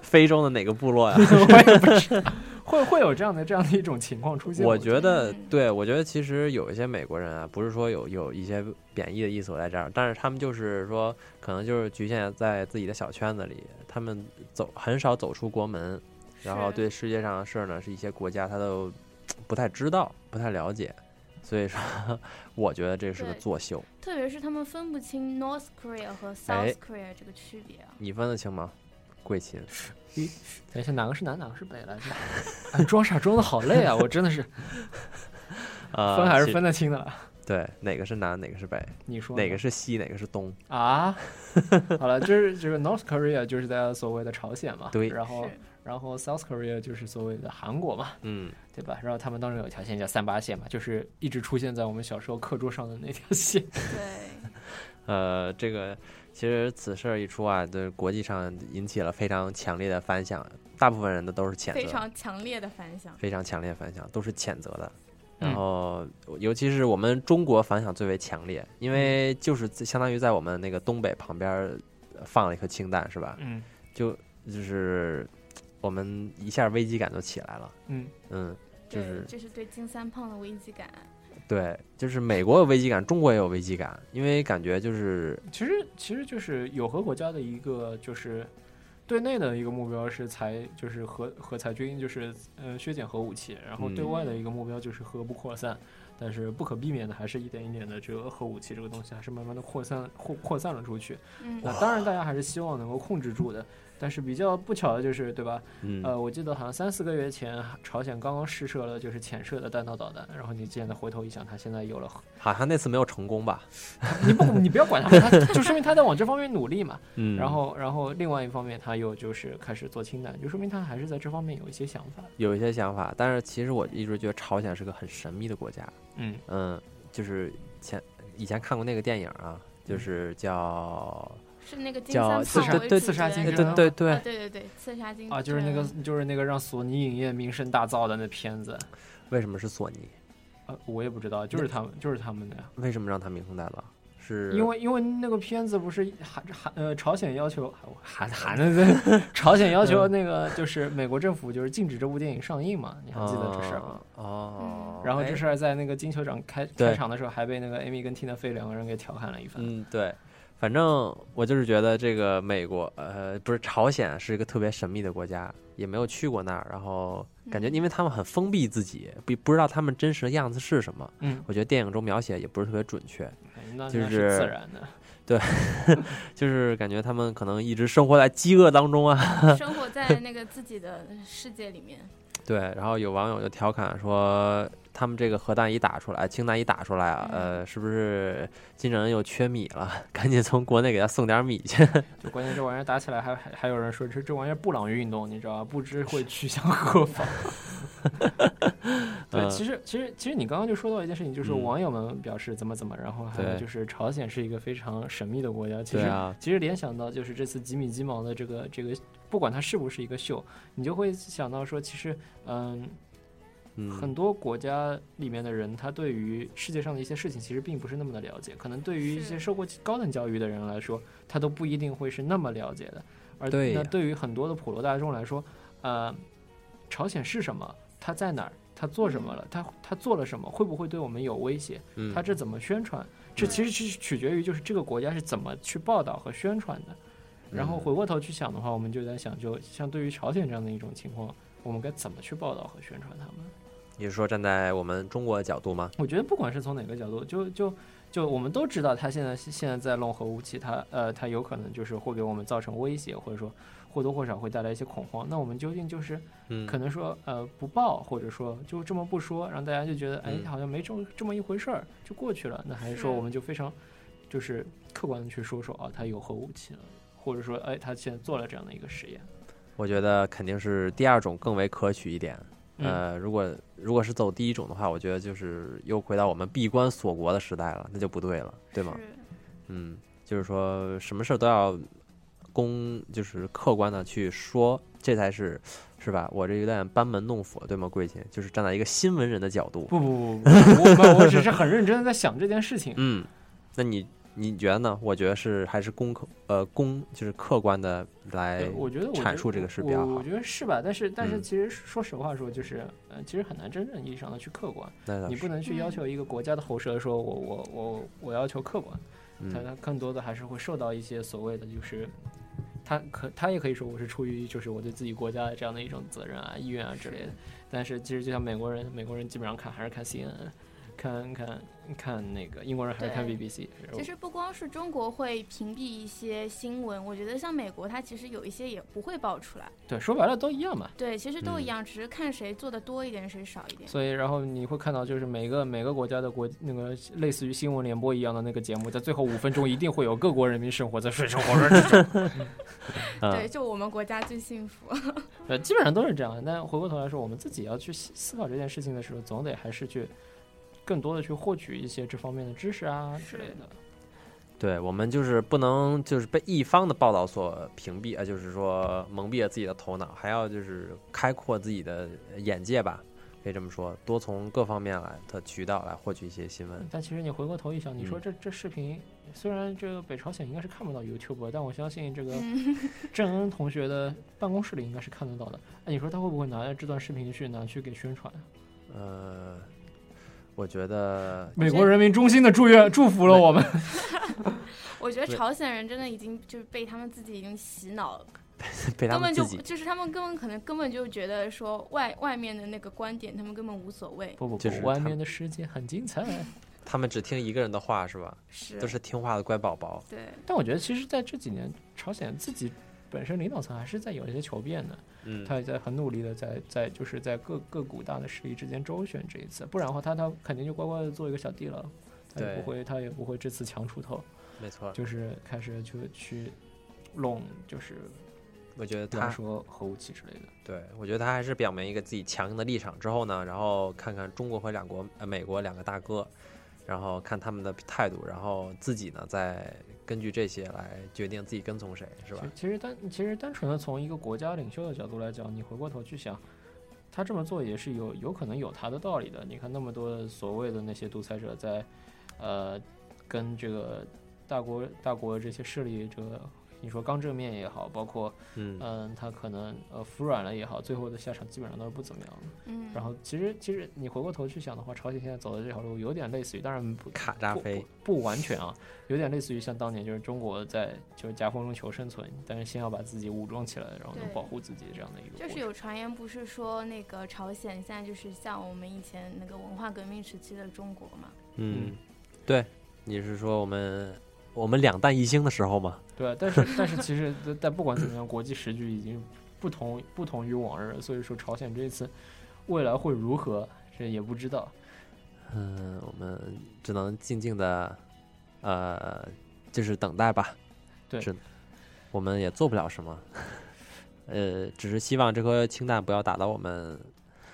Speaker 7: 非洲的哪个部 落呀、
Speaker 11: 我也不知道， 会会有这样的这样的一种情况出现吗。
Speaker 7: 我觉得，对我觉得其实有一些美国人啊，不是说有有一些贬义的意思我在这儿，但是他们就是说，可能就是局限在自己的小圈子里，他们走很少走出国门， 然后
Speaker 12: 是
Speaker 7: 对世界上的事儿呢，是一些国家他都不太知道、不太了解，所以说我觉得这是个
Speaker 12: 对
Speaker 7: 作秀。
Speaker 12: 特别是他们分不清 North Korea 和
Speaker 7: 哎
Speaker 12: South Korea 这个区别啊。
Speaker 7: 你分得清吗，贵琴？
Speaker 11: 咦，等一下，哪个是南，哪个是北来着？ 哎，装傻装的好累啊！我真的是，
Speaker 7: 呃，
Speaker 11: 分还是
Speaker 7: 其
Speaker 11: 分得清的了。
Speaker 7: 对，哪个是南，哪个是北？
Speaker 11: 你说
Speaker 7: 哪
Speaker 11: 呢
Speaker 7: 个是西，哪个是东？
Speaker 11: 啊，好了，就是这个 North Korea 就是大家所谓的朝鲜嘛，
Speaker 7: 对
Speaker 11: 然后然后 South Korea 就是所谓的韩国嘛，
Speaker 7: 嗯，
Speaker 11: 对吧？然后他们当中有一条线叫三八线嘛，就是一直出现在我们小时候课桌上的那条线。
Speaker 7: 呃，这个其实此事儿一出啊，对国际上引起了非常强烈的反响，大部分人的都是谴责，
Speaker 12: 非常强烈的反响。
Speaker 7: 非常强烈的反响，都是谴责的。
Speaker 12: 嗯
Speaker 7: 然后，尤其是我们中国反响最为强烈，因为
Speaker 11: 嗯
Speaker 7: 就是在相当于在我们那个东北旁边儿呃放了一颗氢弹，是吧？
Speaker 11: 嗯，
Speaker 7: 就就是我们一下危机感就起来了。
Speaker 11: 嗯
Speaker 7: 嗯，就
Speaker 12: 对，
Speaker 7: 是
Speaker 12: 这是对金三胖的危机感。
Speaker 7: 对，就是美国有危机感，中国也有危机感，因为感觉就是
Speaker 11: 其实其实就是有核国家的一个就是对内的一个目标是裁就是核核裁军，就是呃削减核武器，然后对
Speaker 7: 嗯
Speaker 11: 外的一个目标就是核不扩散。但是不可避免的，还是一点一点的，这个核武器这个东西还是慢慢的扩散扩扩散了出去。
Speaker 12: 嗯
Speaker 11: 那当然大家还是希望能够控制住的。但是比较不巧的就是，对吧？
Speaker 7: 嗯
Speaker 11: 呃，我记得好像三四个月前，朝鲜刚刚试射了就是潜射的弹道导弹，然后你现在回头一想，它现在有了核
Speaker 7: 好像那次没有成功吧？
Speaker 11: 你不你不要管他们，他就说明他在往这方面努力嘛。
Speaker 7: 嗯
Speaker 11: 然后然后另外一方面，他又就是开始做氢弹，就说明他还是在这方面有一些想法。
Speaker 7: 有一些想法，但是其实我一直觉得朝鲜是个很神秘的国家。
Speaker 11: 嗯
Speaker 7: 就是前以前看过那个电影啊，
Speaker 11: 嗯
Speaker 7: 就是叫
Speaker 12: 是那个金
Speaker 7: 叫
Speaker 12: 三
Speaker 7: 刺
Speaker 12: 胖
Speaker 7: 杀
Speaker 12: 为
Speaker 7: 对
Speaker 12: 主角
Speaker 7: 对
Speaker 12: 的
Speaker 7: 对对对
Speaker 11: 嗯
Speaker 12: 啊对对对，刺杀金
Speaker 11: 啊，就是那个
Speaker 12: 对
Speaker 11: 就是那个让索尼影业名声大噪的那片子，
Speaker 7: 为什么是索尼？
Speaker 11: 呃，我也不知道，就是他们就是他们的呀。
Speaker 7: 为什么让他名声大噪？是
Speaker 11: 因为因为那个片子不是韩韩呃朝鲜要求韩韩的 朝鲜要
Speaker 7: 嗯
Speaker 11: 求那个就是美国政府就是禁止这部电影上映嘛，你还记得这事儿吗？
Speaker 7: 哦，
Speaker 11: 然后这
Speaker 7: 哎
Speaker 11: 事儿在那个金球奖开
Speaker 7: 对
Speaker 11: 开场的时候还被那个 Amy 跟 Tina Fey 两个人给调侃了一番。
Speaker 7: 嗯，对，反正我就是觉得这个美国，呃，不是朝鲜是一个特别神秘的国家，也没有去过那儿，然后
Speaker 12: 嗯
Speaker 11: 嗯
Speaker 7: 感觉因为他们很封闭自己，不不知道他们真实的样子是什么。
Speaker 11: 嗯
Speaker 7: 我觉得电影中描写也不是特别准确
Speaker 11: 哎，那
Speaker 7: 就
Speaker 11: 那是自然的。
Speaker 7: 对，就是感觉他们可能一直生活在饥饿当中啊。
Speaker 12: 生活在那个自己的世界里面。
Speaker 7: 对，然后有网友就调侃说，他们这个核弹一打出来，氢弹一打出来啊，
Speaker 11: 嗯
Speaker 7: 呃，是不是金正恩又缺米了？ 赶紧从国内给他送点米去。
Speaker 11: 就关键这玩意儿打起来还还还有人说这这玩意儿布朗运动，你知道吧？不知会趋向何 方。对，
Speaker 7: 嗯
Speaker 11: 其实其实其实你刚刚就说到一件事情，就是
Speaker 7: 嗯
Speaker 11: 网友们表示怎么怎么，然后还有
Speaker 7: 对
Speaker 11: 就是朝鲜是一个非常神秘的国家。其
Speaker 7: 对
Speaker 11: 实、
Speaker 7: 啊
Speaker 11: 其实联想到就是这次吉米鸡毛的这个这个，不管它是不是一个秀，你就会想到说，其实嗯。
Speaker 7: 嗯
Speaker 11: 很多国家里面的人，他对于世界上的一些事情其实并不是那么的了解，可能对于一些受过高等教育的人来说，他都不一定会是那么了解的。而
Speaker 7: 对
Speaker 11: 那
Speaker 7: 呀
Speaker 11: 对于很多的普罗大众来说，呃，朝鲜是什么？它在哪儿？它做什么了？它它做了什么？会不会对我们有威胁？
Speaker 7: 嗯
Speaker 11: 它这怎么宣传？这其实是取决于就是这个国家是怎么去报道和宣传的。然
Speaker 7: 嗯
Speaker 11: 后回过头去想的话，我们就在想，就像对于朝鲜这样的一种情况，我们该怎么去报道和宣传他们？
Speaker 7: 你是说站在我们中国的角度吗？
Speaker 11: 我觉得不管是从哪个角度，就就就我们都知道，他现在现在在弄核武器，他呃，他有可能就是会给我们造成威胁，或者说或多或少会带来一些恐慌。那我们究竟就是
Speaker 7: 嗯
Speaker 11: 可能说呃不报，或者说就这么不说，让大家就觉得哎
Speaker 7: 嗯
Speaker 11: 好像没这么这么一回事儿就过去了。那还是说我们就非常就是客观的去说说啊，他有核武器了，或者说哎他现在做了这样的一个实验。
Speaker 7: 我觉得肯定是第二种更为可取一点。
Speaker 11: 嗯
Speaker 7: 呃，如果如果是走第一种的话，我觉得就是又回到我们闭关锁国的时代了，那就不对了，对吗？嗯，就是说什么事儿都要公，就是客观的去说，这才是是吧？我这有点班门弄斧，对吗？贵亲，就是站在一个新闻人的角度。
Speaker 11: 不不不不，我我只是很认真的在想这件事情。
Speaker 7: 嗯，那你你觉得呢？我觉得是还是公客呃公就是客观的来
Speaker 11: 对我觉得我觉
Speaker 7: 哎阐
Speaker 11: 得
Speaker 7: 述这个是比较
Speaker 11: 我
Speaker 7: 好
Speaker 11: 我。觉得是吧？但是但是，
Speaker 7: 嗯
Speaker 11: 其实说实话说，就是呃，其实很难真正意义上的去客观
Speaker 7: 那倒。
Speaker 11: 你不
Speaker 7: 是
Speaker 11: 能去
Speaker 12: 嗯
Speaker 11: 要求一个国家的喉舌说我我我我要求客观，
Speaker 7: 嗯
Speaker 11: 它它更多的还是会受到一些所谓的就是。他可他也可以说我是出于就是我对自己国家的这样的一种责任啊、意愿啊之类的，但是其实就像美国人，美国人基本上看还是看 CNN，看看看那个英国人还是看
Speaker 12: 对
Speaker 11: BBC。
Speaker 12: 其实不光是中国会屏蔽一些新闻，我觉得像美国，它其实有一些也不会爆出来。
Speaker 11: 对，说白了都一样嘛。
Speaker 12: 对，其实都
Speaker 11: 嗯
Speaker 12: 一样，只是看谁做的多一点，谁少一点。
Speaker 11: 所以，然后你会看到，就是每个每个国家的国那个类似于新闻联播一样的那个节目，在最后五分钟一定会有各国人民生活在水深火热之中。
Speaker 7: 啊
Speaker 12: 对，就我们国家最幸福。
Speaker 11: 呃，基本上都是这样。但回过头来说，我们自己要去思思考这件事情的时候，总得还是去更多的去获取一些这方面的知识啊之类的。
Speaker 7: 对我们就是不能就是被一方的报道所屏蔽，呃，就是说蒙蔽了自己的头脑，还要就是开阔自己的眼界吧，可以这么说，多从各方面来的渠道来获取一些新闻。
Speaker 11: 嗯但其实你回过头一想，你说这这视频，虽然这个北朝鲜应该是看不到 YouTube，但我相信这个郑恩同学的办公室里应该是看得到的。哎，你说他会不会拿这段视频去拿去给宣传啊？
Speaker 7: 呃，我觉得
Speaker 11: 美国人民衷心的祝愿祝福了我们。
Speaker 12: 我觉得
Speaker 7: 对
Speaker 12: 朝鲜人真的已经就是被他们自己已经洗脑了，
Speaker 7: 被他
Speaker 12: 根
Speaker 7: 们
Speaker 12: 本就
Speaker 7: 自己
Speaker 12: 就是他们根本可能根本就觉得说外外面的那个观点，他们根本无所谓。
Speaker 11: 不不
Speaker 7: 就是
Speaker 11: 外
Speaker 7: 他
Speaker 11: 面的世界很精彩。
Speaker 7: 他们只听一个人的话是吧？
Speaker 12: 是
Speaker 7: 都是听话的乖宝宝。
Speaker 12: 对，
Speaker 11: 但我觉得其实在这几年，朝鲜自己本身领导层还是在有一些求变的，
Speaker 7: 嗯
Speaker 11: 他也在很努力的在在就是在各各股大的势力之间周旋这一次，不然的话他他肯定就乖乖的做一个小弟了，他也
Speaker 7: 对
Speaker 11: 不会他也不会这次强出头，
Speaker 7: 没错
Speaker 11: 就是开始就去弄就是，
Speaker 7: 我觉得
Speaker 11: 比
Speaker 7: 他
Speaker 11: 方说核武器之类的，
Speaker 7: 对，我觉得他还是表明一个自己强硬的立场之后呢，然后看看中国和两国、呃美国两个大哥，然后看他们的态度，然后自己呢再根据这些来决定自己跟从谁，是吧
Speaker 11: 其？其实单其实单纯的从一个国家领袖的角度来讲，你回过头去想，他这么做也是有有可能有他的道理的。你看那么多所谓的那些独裁者在，呃，跟这个大国大国这些势力，这个你说刚正面也好，包括
Speaker 7: 嗯
Speaker 11: 他可能呃服软了也好，最后的下场基本上都是不怎么样的。
Speaker 12: 嗯
Speaker 11: 然后其实其实你回过头去想的话，朝鲜现在走的这条路有点类似于，当然不
Speaker 7: 卡扎菲
Speaker 11: 不不完全啊，有点类似于像当年就是中国在就是夹缝中求生存，但是先要把自己武装起来，然后能
Speaker 12: 对
Speaker 11: 保护自己这样的一个
Speaker 12: 就
Speaker 11: 过
Speaker 12: 是
Speaker 11: 程。
Speaker 12: 有传言不是说那个朝鲜现在就是像我们以前那个文化革命时期的中国嘛？
Speaker 7: 嗯，对，你是说我们我们两弹一星的时候吗？
Speaker 11: 对啊，但是但是其实但不管怎么样，国际时局已经不同不同于往日，所以说朝鲜这一次未来会如何，这也不知道。
Speaker 7: 嗯，我们只能静静的，呃，就是等待吧。
Speaker 11: 对
Speaker 7: 只我们也做不了什么。呃，只是希望这颗氢弹不要打到我们。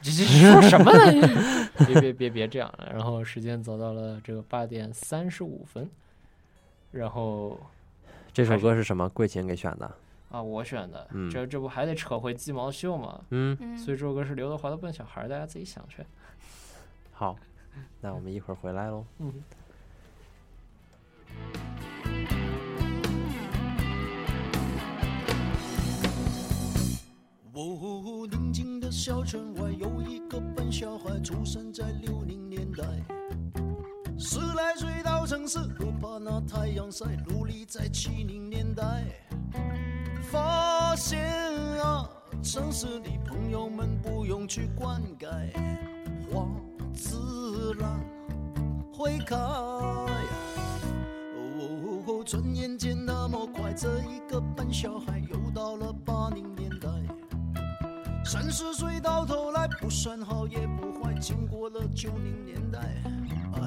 Speaker 11: 这这说什么呢？ 别别别别这样了。然后时间走到了这个八点三十五分，然后
Speaker 7: 这首歌是什么？桂琴给选的。
Speaker 11: 啊，我选的，
Speaker 7: 嗯
Speaker 11: 这这不还得扯回鸡毛秀吗？
Speaker 7: 嗯嗯
Speaker 11: 所以这首歌是刘德华的《笨小孩》，大家自己想去。
Speaker 7: 好，那我们一会儿回来喽。
Speaker 11: 嗯。
Speaker 16: 哦，宁静的小城外有一个笨小孩，出生在六零年代。十来岁到城市，不怕那太阳晒，努力在七零年代。发现啊，城市里朋友们不用去灌溉，花自然会开。哦，转眼间那么快，这一个笨小孩又到了八零年代。三十岁到头来不算好也不坏，经过了九零年代，唉，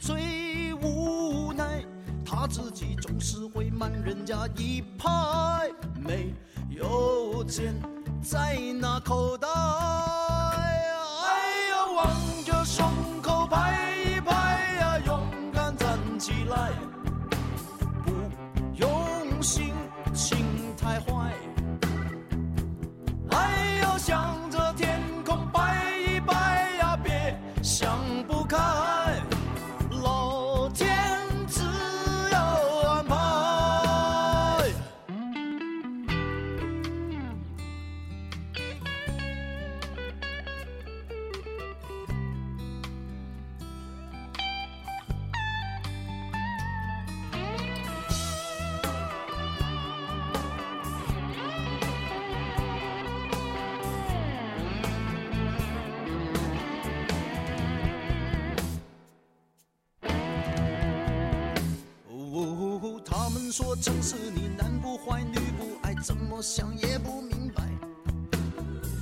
Speaker 16: 最无奈他自己总是会慢人家一拍，没有钱在那口袋，哎呀，望着胸口拍一拍呀，勇敢站起来，不用心情太坏。哎呦，向着天空拜一拜呀，别想不开，老天自有安排。哦，他们说城市里男不坏女不爱，怎么想也不明白。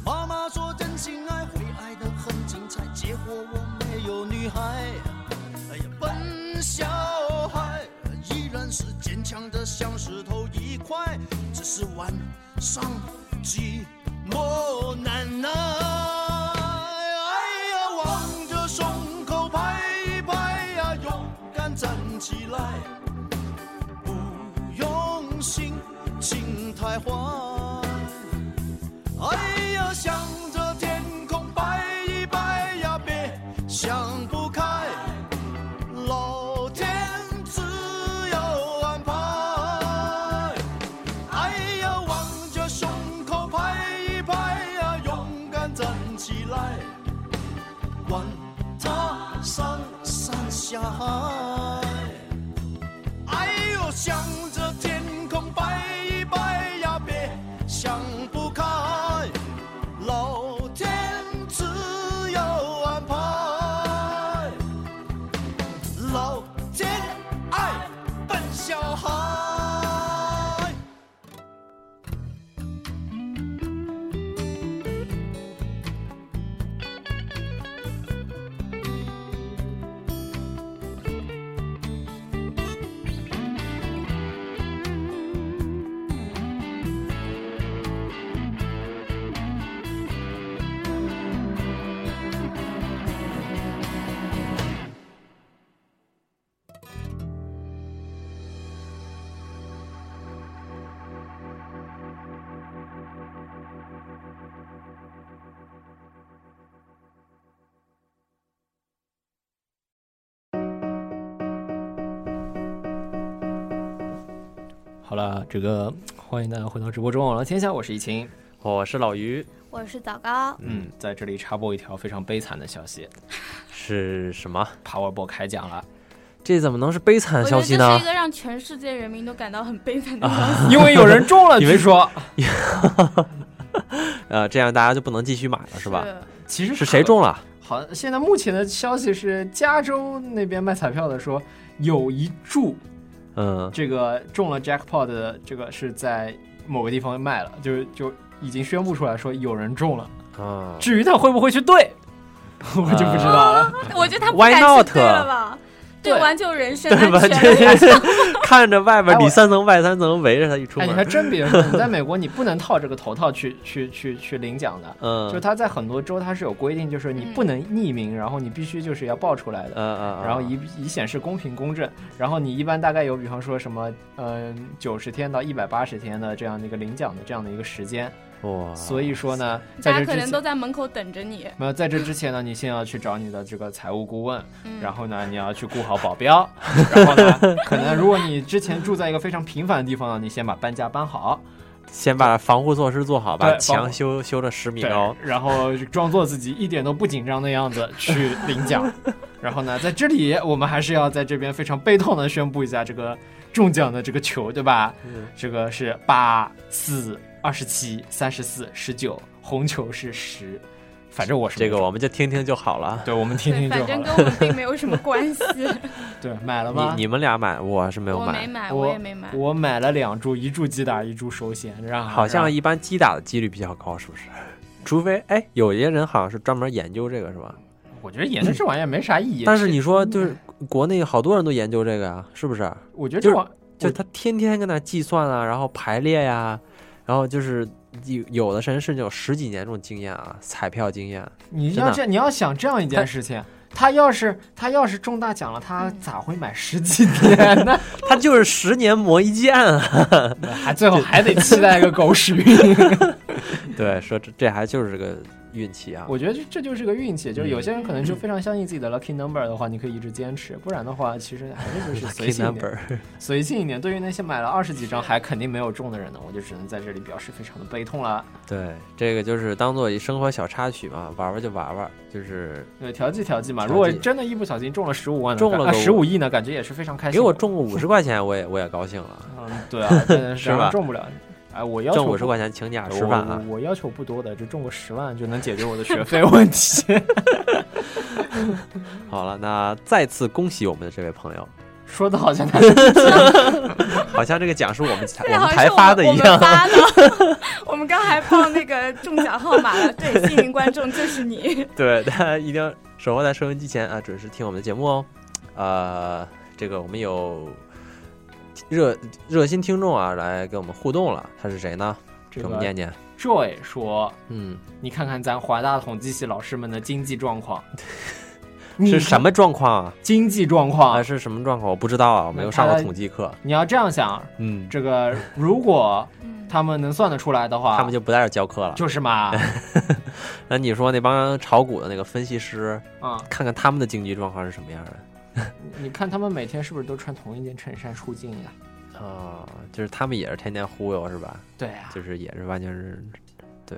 Speaker 16: 妈妈说真心爱会爱得很精彩，结果我没有女孩。哎呀，笨小孩依然是坚强的像石头一块，只是晚上寂寞难耐。哎呀，望着胸口拍一拍呀，勇敢站起来。用心情太坏。哎呀，向着天空拜一拜呀，别想不开，老天自有安排。哎呀，望着胸口拍一拍呀，勇敢站起来，管他上山下海。哎呦，向着天空拜一拜呀，别想不开，老天自有安排。老天爱笨小孩。
Speaker 13: 嗯
Speaker 11: 好了，这个欢迎大家回到直播中，网啊络天下，我是易晴，
Speaker 7: 我是老于，
Speaker 12: 我是枣糕。
Speaker 11: 嗯，在这里插播一条非常悲惨的消息，
Speaker 7: 是什么
Speaker 11: ？Powerball 开奖了，
Speaker 7: 这怎么能是悲惨
Speaker 12: 我觉
Speaker 7: 的消
Speaker 12: 得这
Speaker 7: 息嗯呢
Speaker 12: 是一？个让全世界人民都感到很悲惨 的消息，
Speaker 11: 因为有人中 了，
Speaker 7: 因为
Speaker 11: 据说，
Speaker 7: 呃，这样大家就不能继续买了，是吧
Speaker 11: 是？其实
Speaker 7: 是谁中了？
Speaker 11: 好，现在目前的消息是加州那边卖彩票的说有一注
Speaker 7: 嗯，
Speaker 11: 这个中了 jackpot 的这个是在某个地方卖了，就是就已经宣布出来说有人中了，
Speaker 7: 啊，
Speaker 11: 至于他会不会去 兑，我就不知道了。
Speaker 12: 我觉得他不
Speaker 7: Why
Speaker 12: 敢去
Speaker 7: not？
Speaker 12: 对了吧？对完就人身
Speaker 7: 对吧？
Speaker 12: 安全了。
Speaker 7: 这看着外边里三层外三层围着他一出
Speaker 11: 哎，
Speaker 7: 门，
Speaker 11: 你还真别说，你在美国你不能套这个头套去去去去领奖的，
Speaker 7: 嗯
Speaker 11: 就是他在很多州他是有规定，就是你不能匿名，然后你必须就是要报出来的，
Speaker 7: 嗯嗯，
Speaker 11: 然后以以显示公平公正，然后你一般大概有比方说什么，嗯，九十天到一百八十天的这样的一个领奖的这样的一个时间，
Speaker 7: 哇，
Speaker 11: 所以说呢，在
Speaker 12: 大家
Speaker 11: 这
Speaker 12: 可
Speaker 11: 之
Speaker 12: 能
Speaker 11: 前
Speaker 12: 都。在门口等着你。
Speaker 11: 没有，在这之前呢，你先要去找你的这个财务顾问，
Speaker 12: 嗯
Speaker 11: 然后呢，你要去顾好保镖， 然后呢，可能如果你之前住在一个非常平凡的地方呢，你先把搬家搬好，
Speaker 7: 先把防护措施做好，把
Speaker 11: 对防
Speaker 7: 墙修修了十米高，
Speaker 11: 然后装作自己一点都不紧张的样子去领 奖。然后呢，在这里我们还是要在这边非常悲痛的宣布一下这个中奖的这个球，对吧？
Speaker 7: 嗯
Speaker 11: 这个是八四二十七三十四十九，红球是十。反正我是
Speaker 7: 这个我们就听听就好了。
Speaker 11: 对，我们听
Speaker 12: 对，反正跟我们并没有什么关 系。
Speaker 11: 对买了吗
Speaker 7: 你？你们俩买，我是没有
Speaker 12: 我没
Speaker 7: 买。
Speaker 12: 买，我也没买。
Speaker 11: 我买了两注，一注击打，一注手险，让
Speaker 7: 好像
Speaker 11: 让
Speaker 7: 一般击打的几率比较高，是不是？ 除非哎，有些人好像是专门研究这个，是吧？
Speaker 11: 我觉得演的这玩意儿没啥意义。
Speaker 7: 嗯但是你说，就是国内好多人都研究这个呀，是不是？
Speaker 11: 我觉得这
Speaker 7: 就是
Speaker 11: 玩
Speaker 7: 就他天天跟那计算啊，然后排列呀、然后就是有有的人甚至有十几年这种经验啊，彩票经验。
Speaker 11: 你
Speaker 7: 真
Speaker 11: 要
Speaker 7: 的
Speaker 11: 这，你要想这样一件事情，他要是他要是中大奖了，他咋会买十几天 呢？
Speaker 7: 他就是十年磨一剑啊，
Speaker 11: 还最后还得期待一个狗屎运。
Speaker 7: 对，说这这还就是这个运气 啊。
Speaker 11: 我觉得这这就是个运气，就是有些人可能
Speaker 7: 嗯
Speaker 11: 就非常相信自己的 lucky number 的话，你可以一直坚持；不然的话，其实还是就是随
Speaker 7: Lucky
Speaker 11: 性一点
Speaker 7: number，
Speaker 11: 随性一点。对于那些买了二十几张还肯定没有中的人呢，我就只能在这里表示非常的悲痛了。
Speaker 7: 对，这个就是当做一生活小插曲嘛，玩玩就玩玩，就是
Speaker 11: 对，调剂调剂嘛。
Speaker 7: 调剂
Speaker 11: 如果真的一不小心中了十五万呢，
Speaker 7: 中了个
Speaker 11: 十五亿呢，感觉也是非常开心的。
Speaker 7: 给我中个五十块钱，我也我也高兴了。
Speaker 11: 嗯，对啊，真的
Speaker 7: 是吧？
Speaker 11: 中不了。哎，我要求哎
Speaker 7: 挣50块钱请假
Speaker 11: 我
Speaker 7: 吃饭啊
Speaker 11: 我我要求不多的，就中个十万就能解决我的学费问 题。
Speaker 7: 好了，那再次恭喜我们的这位朋友，
Speaker 11: 说的好 像他是
Speaker 7: 好像这个奖是我们台我
Speaker 12: 好
Speaker 7: 们
Speaker 12: 像
Speaker 7: 台
Speaker 12: 是
Speaker 7: 发的
Speaker 12: 我
Speaker 7: 一
Speaker 12: 们
Speaker 7: 样。
Speaker 12: 发的。 我们刚还报那个中奖号码了， 对，幸运观众就是你。
Speaker 7: 对，大家一定要守候在收音机前啊，准时听我们的节目哦。呃，这个我们有热热心听众啊来跟我们互动了，他是谁呢？
Speaker 11: 这
Speaker 7: 给
Speaker 11: 个
Speaker 7: 我们念念。
Speaker 11: Joy 说，
Speaker 7: 嗯，
Speaker 11: 你看看咱华大统计系老师们的经济状况，
Speaker 7: 是什么状况啊？
Speaker 11: 经济状况
Speaker 7: 啊？是什么状况？我不知道啊，我没有上过统计课。
Speaker 11: 你要这样想，
Speaker 7: 嗯，
Speaker 11: 这个如果
Speaker 12: 嗯
Speaker 11: 他们能算得出来的话，
Speaker 7: 他们就不在这儿教课了。
Speaker 11: 就是 嘛，
Speaker 7: 那你说那帮炒股的那个分析师
Speaker 11: 啊
Speaker 7: 看看他们的经济状况是什么样的？
Speaker 11: 你看他们每天是不是都穿同一件衬衫出镜呀？哦
Speaker 7: 啊、就是他们也是天天忽悠是吧？
Speaker 11: 对啊
Speaker 7: 就是也是完全是， 对，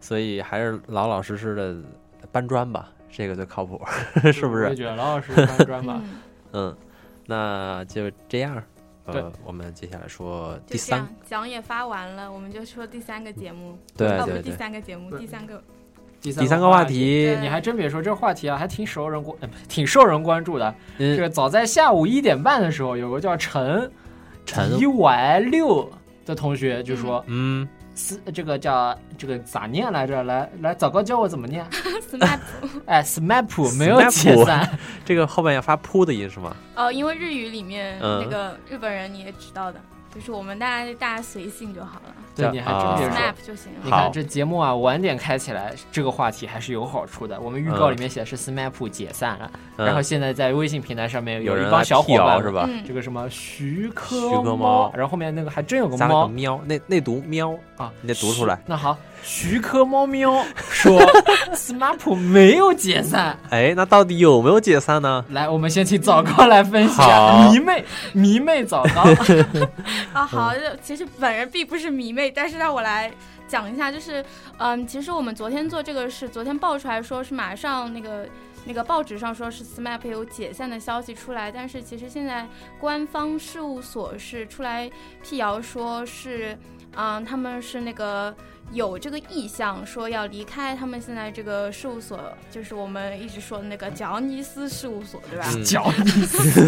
Speaker 7: 所以还是老老实实的搬砖吧，这个最靠谱， 是不是？
Speaker 11: 我也觉得老老 实实搬砖吧
Speaker 7: 嗯，那就这样。
Speaker 12: 对
Speaker 7: 呃，我们接下来说
Speaker 12: 就
Speaker 7: 第
Speaker 12: 这
Speaker 7: 三
Speaker 12: 样，奖也发完了，我们就说第三个节目。
Speaker 7: 对
Speaker 12: 哦，不
Speaker 7: 对
Speaker 12: 是第
Speaker 7: 对
Speaker 12: 三个节目，第三个。
Speaker 11: 第
Speaker 7: 第三个话题
Speaker 11: 你还真别说，这话题啊，还挺受人关，呃不是挺受人关注的。
Speaker 7: 嗯
Speaker 11: 这个早在下午一点半的时候，有个叫陈
Speaker 7: 陈
Speaker 11: 迪 Y 六的同学就说，
Speaker 7: 嗯，
Speaker 11: 斯这个叫这个咋念来着？来来，早高教我怎么念？SMAP，哎，SMAP 没有
Speaker 7: Snap
Speaker 11: 解散，
Speaker 7: 这个后面要发“噗”的音是吗？
Speaker 12: 哦，因为日语里面
Speaker 7: 嗯
Speaker 12: 那个日本人你也知道的，就是我们大家大家随性就好了。
Speaker 11: 对，你还真别说
Speaker 12: 啊 Snap 就行了
Speaker 11: 你看
Speaker 12: 好
Speaker 11: 这节目啊，晚点开起来，这个话题还是有好处的。我们预告里面写是 SMAP 解散了，
Speaker 7: 嗯
Speaker 11: 然后现在在微信平台上面
Speaker 7: 有人
Speaker 11: 一帮
Speaker 7: 来
Speaker 11: 小伙
Speaker 7: 辟谣
Speaker 11: 伴
Speaker 7: 是吧嗯
Speaker 11: 这个什么徐科
Speaker 7: 徐科猫
Speaker 11: 然后后面那个还真有个
Speaker 7: 加了
Speaker 11: 猫
Speaker 7: 个，喵，那那读喵
Speaker 11: 啊，
Speaker 7: 你得读出来。
Speaker 11: 那好，徐科猫喵 说 SMAP 没有解散。
Speaker 7: 哎，那到底有没有解散呢？
Speaker 11: 来，我们先请枣糕来分析一下
Speaker 7: 好嗯
Speaker 11: 迷妹迷妹 枣糕。
Speaker 12: 啊，好，其实本人并不是迷妹，但是让我来讲一下，就是，嗯，其实我们昨天做这个事，昨天爆出来说是马上那个那个报纸上说是 SMAP 有解散的消息出来，但是其实现在官方事务所是出来辟谣，说是，嗯，他们是那个。有这个意向，说要离开他们现在这个事务所，就是我们一直说的那个乔尼斯事务所，对吧？
Speaker 7: 嗯
Speaker 11: 脚你 死！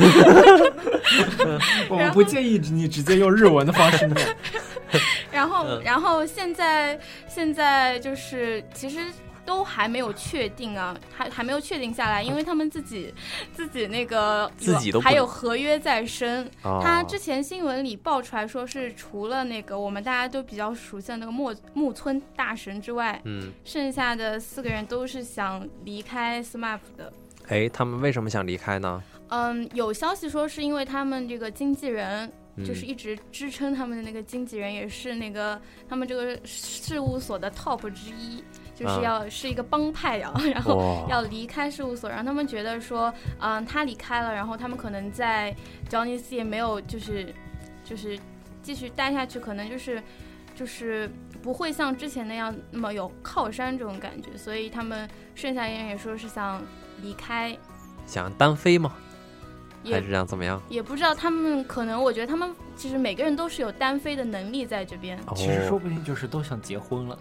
Speaker 11: 我们不建议你直接用日文的方式念。
Speaker 7: 哦
Speaker 12: 然后
Speaker 11: 嗯，
Speaker 12: 然后现在现在就是其实。都还没有确定啊，还还没有确定下来，因为他们自己 自己那个有
Speaker 7: 嗯自己都不
Speaker 12: 还有合约在身。
Speaker 7: 哦
Speaker 12: 他之前新闻里爆出来说是除了那个我们大家都比较熟悉的那个木木村大神之外，
Speaker 7: 嗯
Speaker 12: 剩下的四个人都是想离开 SMAP 的。
Speaker 7: 哎，他们为什么想离开呢？
Speaker 12: 嗯，有消息说是因为他们这个经纪人，
Speaker 7: 嗯
Speaker 12: 就是一直支撑他们的那个经纪人，也是那个他们这个事务所的 top 之一，就是
Speaker 7: 啊
Speaker 12: 要是一个帮派啊， 然后
Speaker 7: 哇
Speaker 12: 要离开事务所，然后他们觉得说，嗯，他离开了，然后他们可能在 Johnny C 也没有就是就是继续待下去，可能就是就是不会像之前那样那么有靠山这种感觉，所以他们剩下的人也说是想离开。
Speaker 7: 想单飞吗？
Speaker 12: 也
Speaker 7: 还是想怎么样？
Speaker 12: 也不知道他们可能，我觉得他们其实每个人都是有单飞的能力在这边。
Speaker 11: 其实
Speaker 7: 哦
Speaker 11: 说不定就是都想结婚了。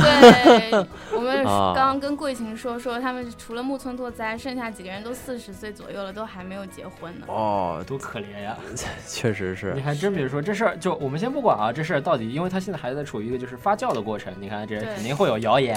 Speaker 12: 对，我们
Speaker 11: 啊
Speaker 12: 刚刚跟桂琴说说，他们除了木村拓哉，剩下几个人都四十岁左右了，都还没有结婚呢。
Speaker 7: 哦，
Speaker 11: 多可怜呀！
Speaker 7: 确实是
Speaker 11: 你，还真别说，这事儿就我们先不管啊，这事儿到底，因为他现在还在处于一个就是发酵的过程。你看，这
Speaker 12: 对
Speaker 11: 肯定会有谣言，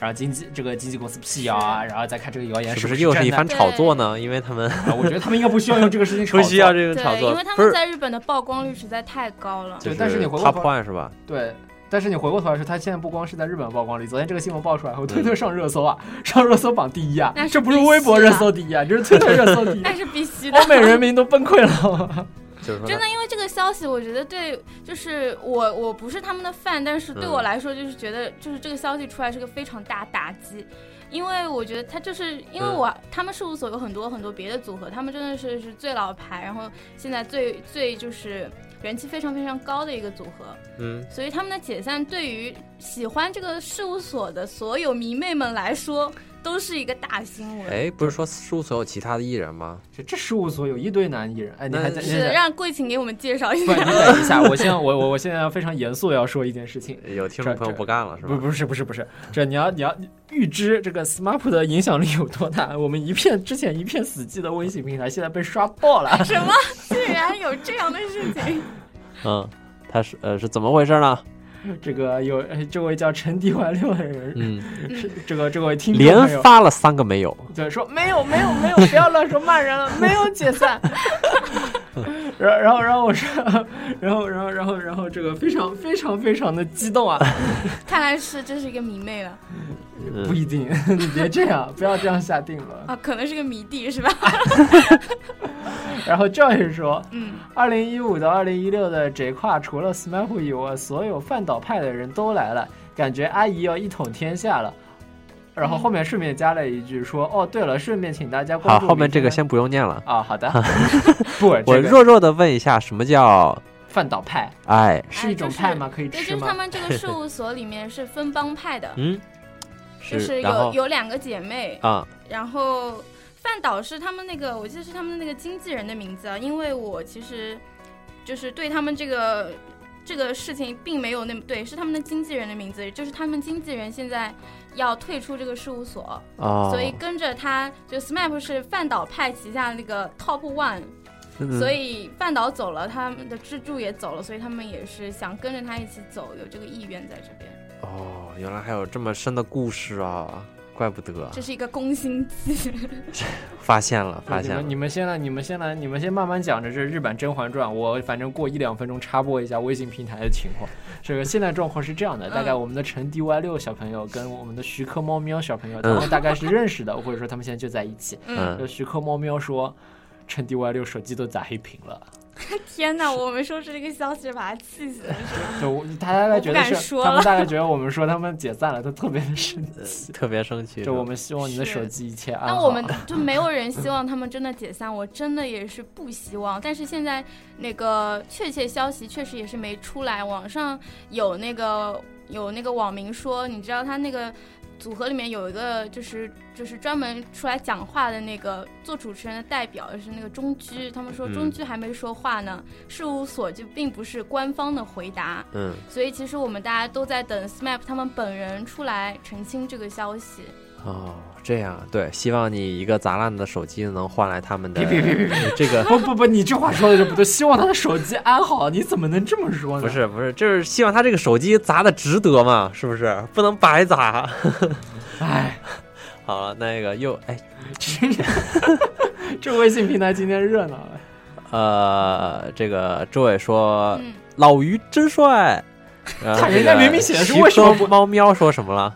Speaker 11: 然后经纪这个经纪公司辟谣啊，然后再看这个谣言
Speaker 7: 是
Speaker 11: 是
Speaker 7: 不是
Speaker 11: 是
Speaker 7: 又
Speaker 11: 真
Speaker 7: 是一
Speaker 11: 的啊
Speaker 7: 番炒作呢？因为他 们，
Speaker 11: 我觉得他们应该不需要用这个 事情炒
Speaker 7: 不
Speaker 11: 作
Speaker 7: 需要这种炒
Speaker 12: 对，
Speaker 7: 作
Speaker 12: 因为他，
Speaker 7: 不
Speaker 12: 们
Speaker 7: 是
Speaker 12: 在日本的曝光率实在太高 了。
Speaker 11: 对，但是你回过
Speaker 7: Top
Speaker 11: 头
Speaker 7: One 是吧？
Speaker 11: 对，但是你回过头来说，他现在不光是在日本曝光率，昨天这个新闻爆出来后，推特上热搜啊，上热搜榜第一啊
Speaker 12: 那，是
Speaker 11: 这不是微博热搜第一啊，这是推特热搜第 一，
Speaker 12: 那是必须的。
Speaker 11: 欧美人民都崩溃了。
Speaker 7: 就是说
Speaker 12: 真的，因为这个消息，我觉得对，就是我我不是他们的 fan，但是对我
Speaker 7: 嗯
Speaker 12: 来说，就是觉得就是这个消息出来是个非常大的打击，因为我觉得他就是因为
Speaker 7: 嗯
Speaker 12: 我、他们事务所有很多很多别的组合，他们真的是是最老牌，然后现在最最就是人气非常非常高的一个组合，
Speaker 7: 嗯，
Speaker 12: 所以他们的解散对于喜欢这个事务所的所有迷妹们来说，都是一个大新闻。
Speaker 7: 哎，不是说事务所有其他的艺人吗？
Speaker 11: 这事务所有一堆男艺人，哎，你还在
Speaker 12: 是
Speaker 11: 你还在
Speaker 12: 让桂琴给我们介绍一
Speaker 11: 不，
Speaker 12: 下。
Speaker 11: 你等一下，我现在我我我现在要非常严肃地要说一件事情。
Speaker 7: 有听众朋友不干了是吧？
Speaker 11: 不不是不是不是，这你要你要预知这个 SMAP 的影响力有多大？我们一片之前一片死寂的微信平台，现在被刷爆了。
Speaker 12: 什么？ 居然有这样的事情！
Speaker 7: 嗯，他是呃是怎么回 事呢？
Speaker 11: 这个有呃这位叫陈迪怀六的人，
Speaker 7: 嗯
Speaker 11: 是这个这位听众朋
Speaker 7: 连
Speaker 11: 友
Speaker 7: 发了三个没有，
Speaker 11: 对说没有没有没有，不要乱说骂人了，没有解散。然后然后然后我说， 然后然后然后然后这个非常非常非常的激动啊，
Speaker 12: 看来是这是一个迷妹了
Speaker 7: 嗯
Speaker 11: 不一定， 你别这样，不要这样下定了。
Speaker 12: 啊，可能是个迷弟是吧？
Speaker 11: 然后 Joy 说，
Speaker 12: 嗯，
Speaker 11: 二零一五到二零一六的这跨，除了 SMAP 以外，所有饭岛派的人都来了，感觉阿姨要一统天下了。然后后面顺便加了一句说，哦，对了，顺便请大家关
Speaker 7: 好，
Speaker 11: 注
Speaker 7: 后面这个
Speaker 11: 明天
Speaker 7: 先不用念了。
Speaker 11: 啊， 好的，不，
Speaker 7: 我
Speaker 11: 这个
Speaker 7: 弱弱的问一下，什么叫
Speaker 11: 饭岛派
Speaker 7: 哎？，
Speaker 11: 是一种派吗？可以
Speaker 12: 对，
Speaker 11: 吃
Speaker 12: 就是
Speaker 11: 吗？
Speaker 12: 他们这个事务所里面是分帮派的
Speaker 7: 嗯，
Speaker 12: 就是
Speaker 7: 然后
Speaker 12: 有有两个姐妹，
Speaker 7: 啊，
Speaker 12: 然后范导是他们那个，我记得是他们那个经纪人的名字啊，因为我其实就是对他们这个这个事情并没有那么对，是他们的经纪人的名字，就是他们经纪人现在要退出这个事务所，
Speaker 7: 哦
Speaker 12: 所以跟着他就 SMAP 是范导派旗下那个 Top One，、
Speaker 7: 嗯
Speaker 12: 所以范导走了，他们的支柱也走了，所以他们也是想跟着他一起走，有这个意愿在这边，
Speaker 7: 哦，原来还有这么深的故事啊，怪不得
Speaker 12: 这是一个攻心计。
Speaker 7: 发现了，发
Speaker 11: 你
Speaker 7: 现
Speaker 11: 们
Speaker 7: 了。
Speaker 11: 你们先来，你们先来，你们先慢慢讲着这日版《甄嬛传》，我反正过一两分钟插播一下微信平台的情况。这个现在状况是这样的，
Speaker 12: 嗯
Speaker 11: 大概我们的陈 DY 六小朋友跟我们的徐克猫喵小朋友，他们
Speaker 7: 嗯
Speaker 11: 大概是认识的，或者说他们现在就在一起。呃
Speaker 7: 嗯
Speaker 11: 就徐克猫喵说，陈 DY 六手机都打黑屏了。
Speaker 12: 天哪，我们说出这个消息，把他气死了，是吧？
Speaker 11: 就我大家大概觉得
Speaker 12: 我不敢
Speaker 11: 是，
Speaker 12: 说
Speaker 11: 他
Speaker 12: 了
Speaker 11: 们大概觉得我们说他们解散了，他特别的生
Speaker 12: 嗯
Speaker 11: 气，
Speaker 7: 特别生气。
Speaker 11: 就我们希望你的
Speaker 12: 是
Speaker 11: 手机一切安
Speaker 12: 那
Speaker 11: 啊好。
Speaker 12: 我们就没有人希望他们真的解散，我真的也是不希望。但是现在那个确切消息确实也是没出来，网上有那个有那个网民说，你知道他那个组合里面有一个就是就是专门出来讲话的那个做主持人的代表，就是那个中居，他们说
Speaker 7: 嗯
Speaker 12: 中居还没说话呢，事务所就并不是官方的回答。
Speaker 7: 嗯
Speaker 12: 所以其实我们大家都在等 SMAP 他们本人出来澄清这个消息。
Speaker 7: 哦，这样对，希望你一个砸烂的手机能换来他们的
Speaker 11: 别别别别别
Speaker 7: 这个
Speaker 11: 不不不，你这话说的就不对。希望他的手机安好，你怎么能这么说呢？
Speaker 7: 不是不是，就是希望他这个手机砸的值得嘛，是不是？不能白砸。
Speaker 11: 哎，
Speaker 7: 好了，那个又哎，
Speaker 11: 这微信平台今天热闹了。
Speaker 7: 呃，这个周伟
Speaker 11: 啊
Speaker 7: 说、
Speaker 12: 嗯
Speaker 7: 老于 真帅，然后
Speaker 11: 看
Speaker 7: 这
Speaker 11: 人家
Speaker 7: 个
Speaker 11: 明明写的是
Speaker 7: 徐
Speaker 11: 为什么
Speaker 7: 科
Speaker 11: 不
Speaker 7: 猫喵说什么了？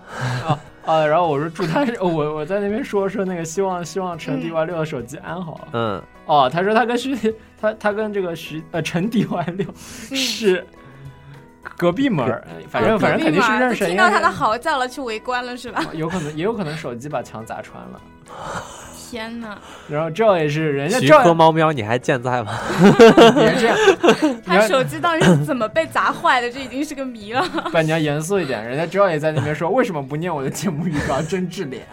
Speaker 11: 啊，然后我说祝他，哦 我我在那边说说那个希望希望陈 DY 六的手机安好。
Speaker 7: 嗯，
Speaker 11: 哦，他说他跟徐 他他跟这个徐呃陈 DY 六
Speaker 12: 嗯
Speaker 11: 是嗯隔啊壁门儿，哎反
Speaker 12: 啊
Speaker 11: 正反正肯定是认识，
Speaker 12: 听
Speaker 11: 因
Speaker 12: 到
Speaker 11: 为
Speaker 12: 他的嚎叫了，去围观了是吧？
Speaker 11: 有可能也有可能手机把墙砸穿了。
Speaker 12: 天哪，
Speaker 11: 然后赵也是人家
Speaker 7: 徐
Speaker 11: 赵
Speaker 7: 科猫喵，你还健在吗？
Speaker 11: 别这样，你
Speaker 12: 他
Speaker 11: 要
Speaker 12: 手机到底是怎么被砸坏的？这已经是个谜 了。
Speaker 11: 不，你要严肃一点。人家 Joy 在那边说，为什么不念我的节目预告？真智脸。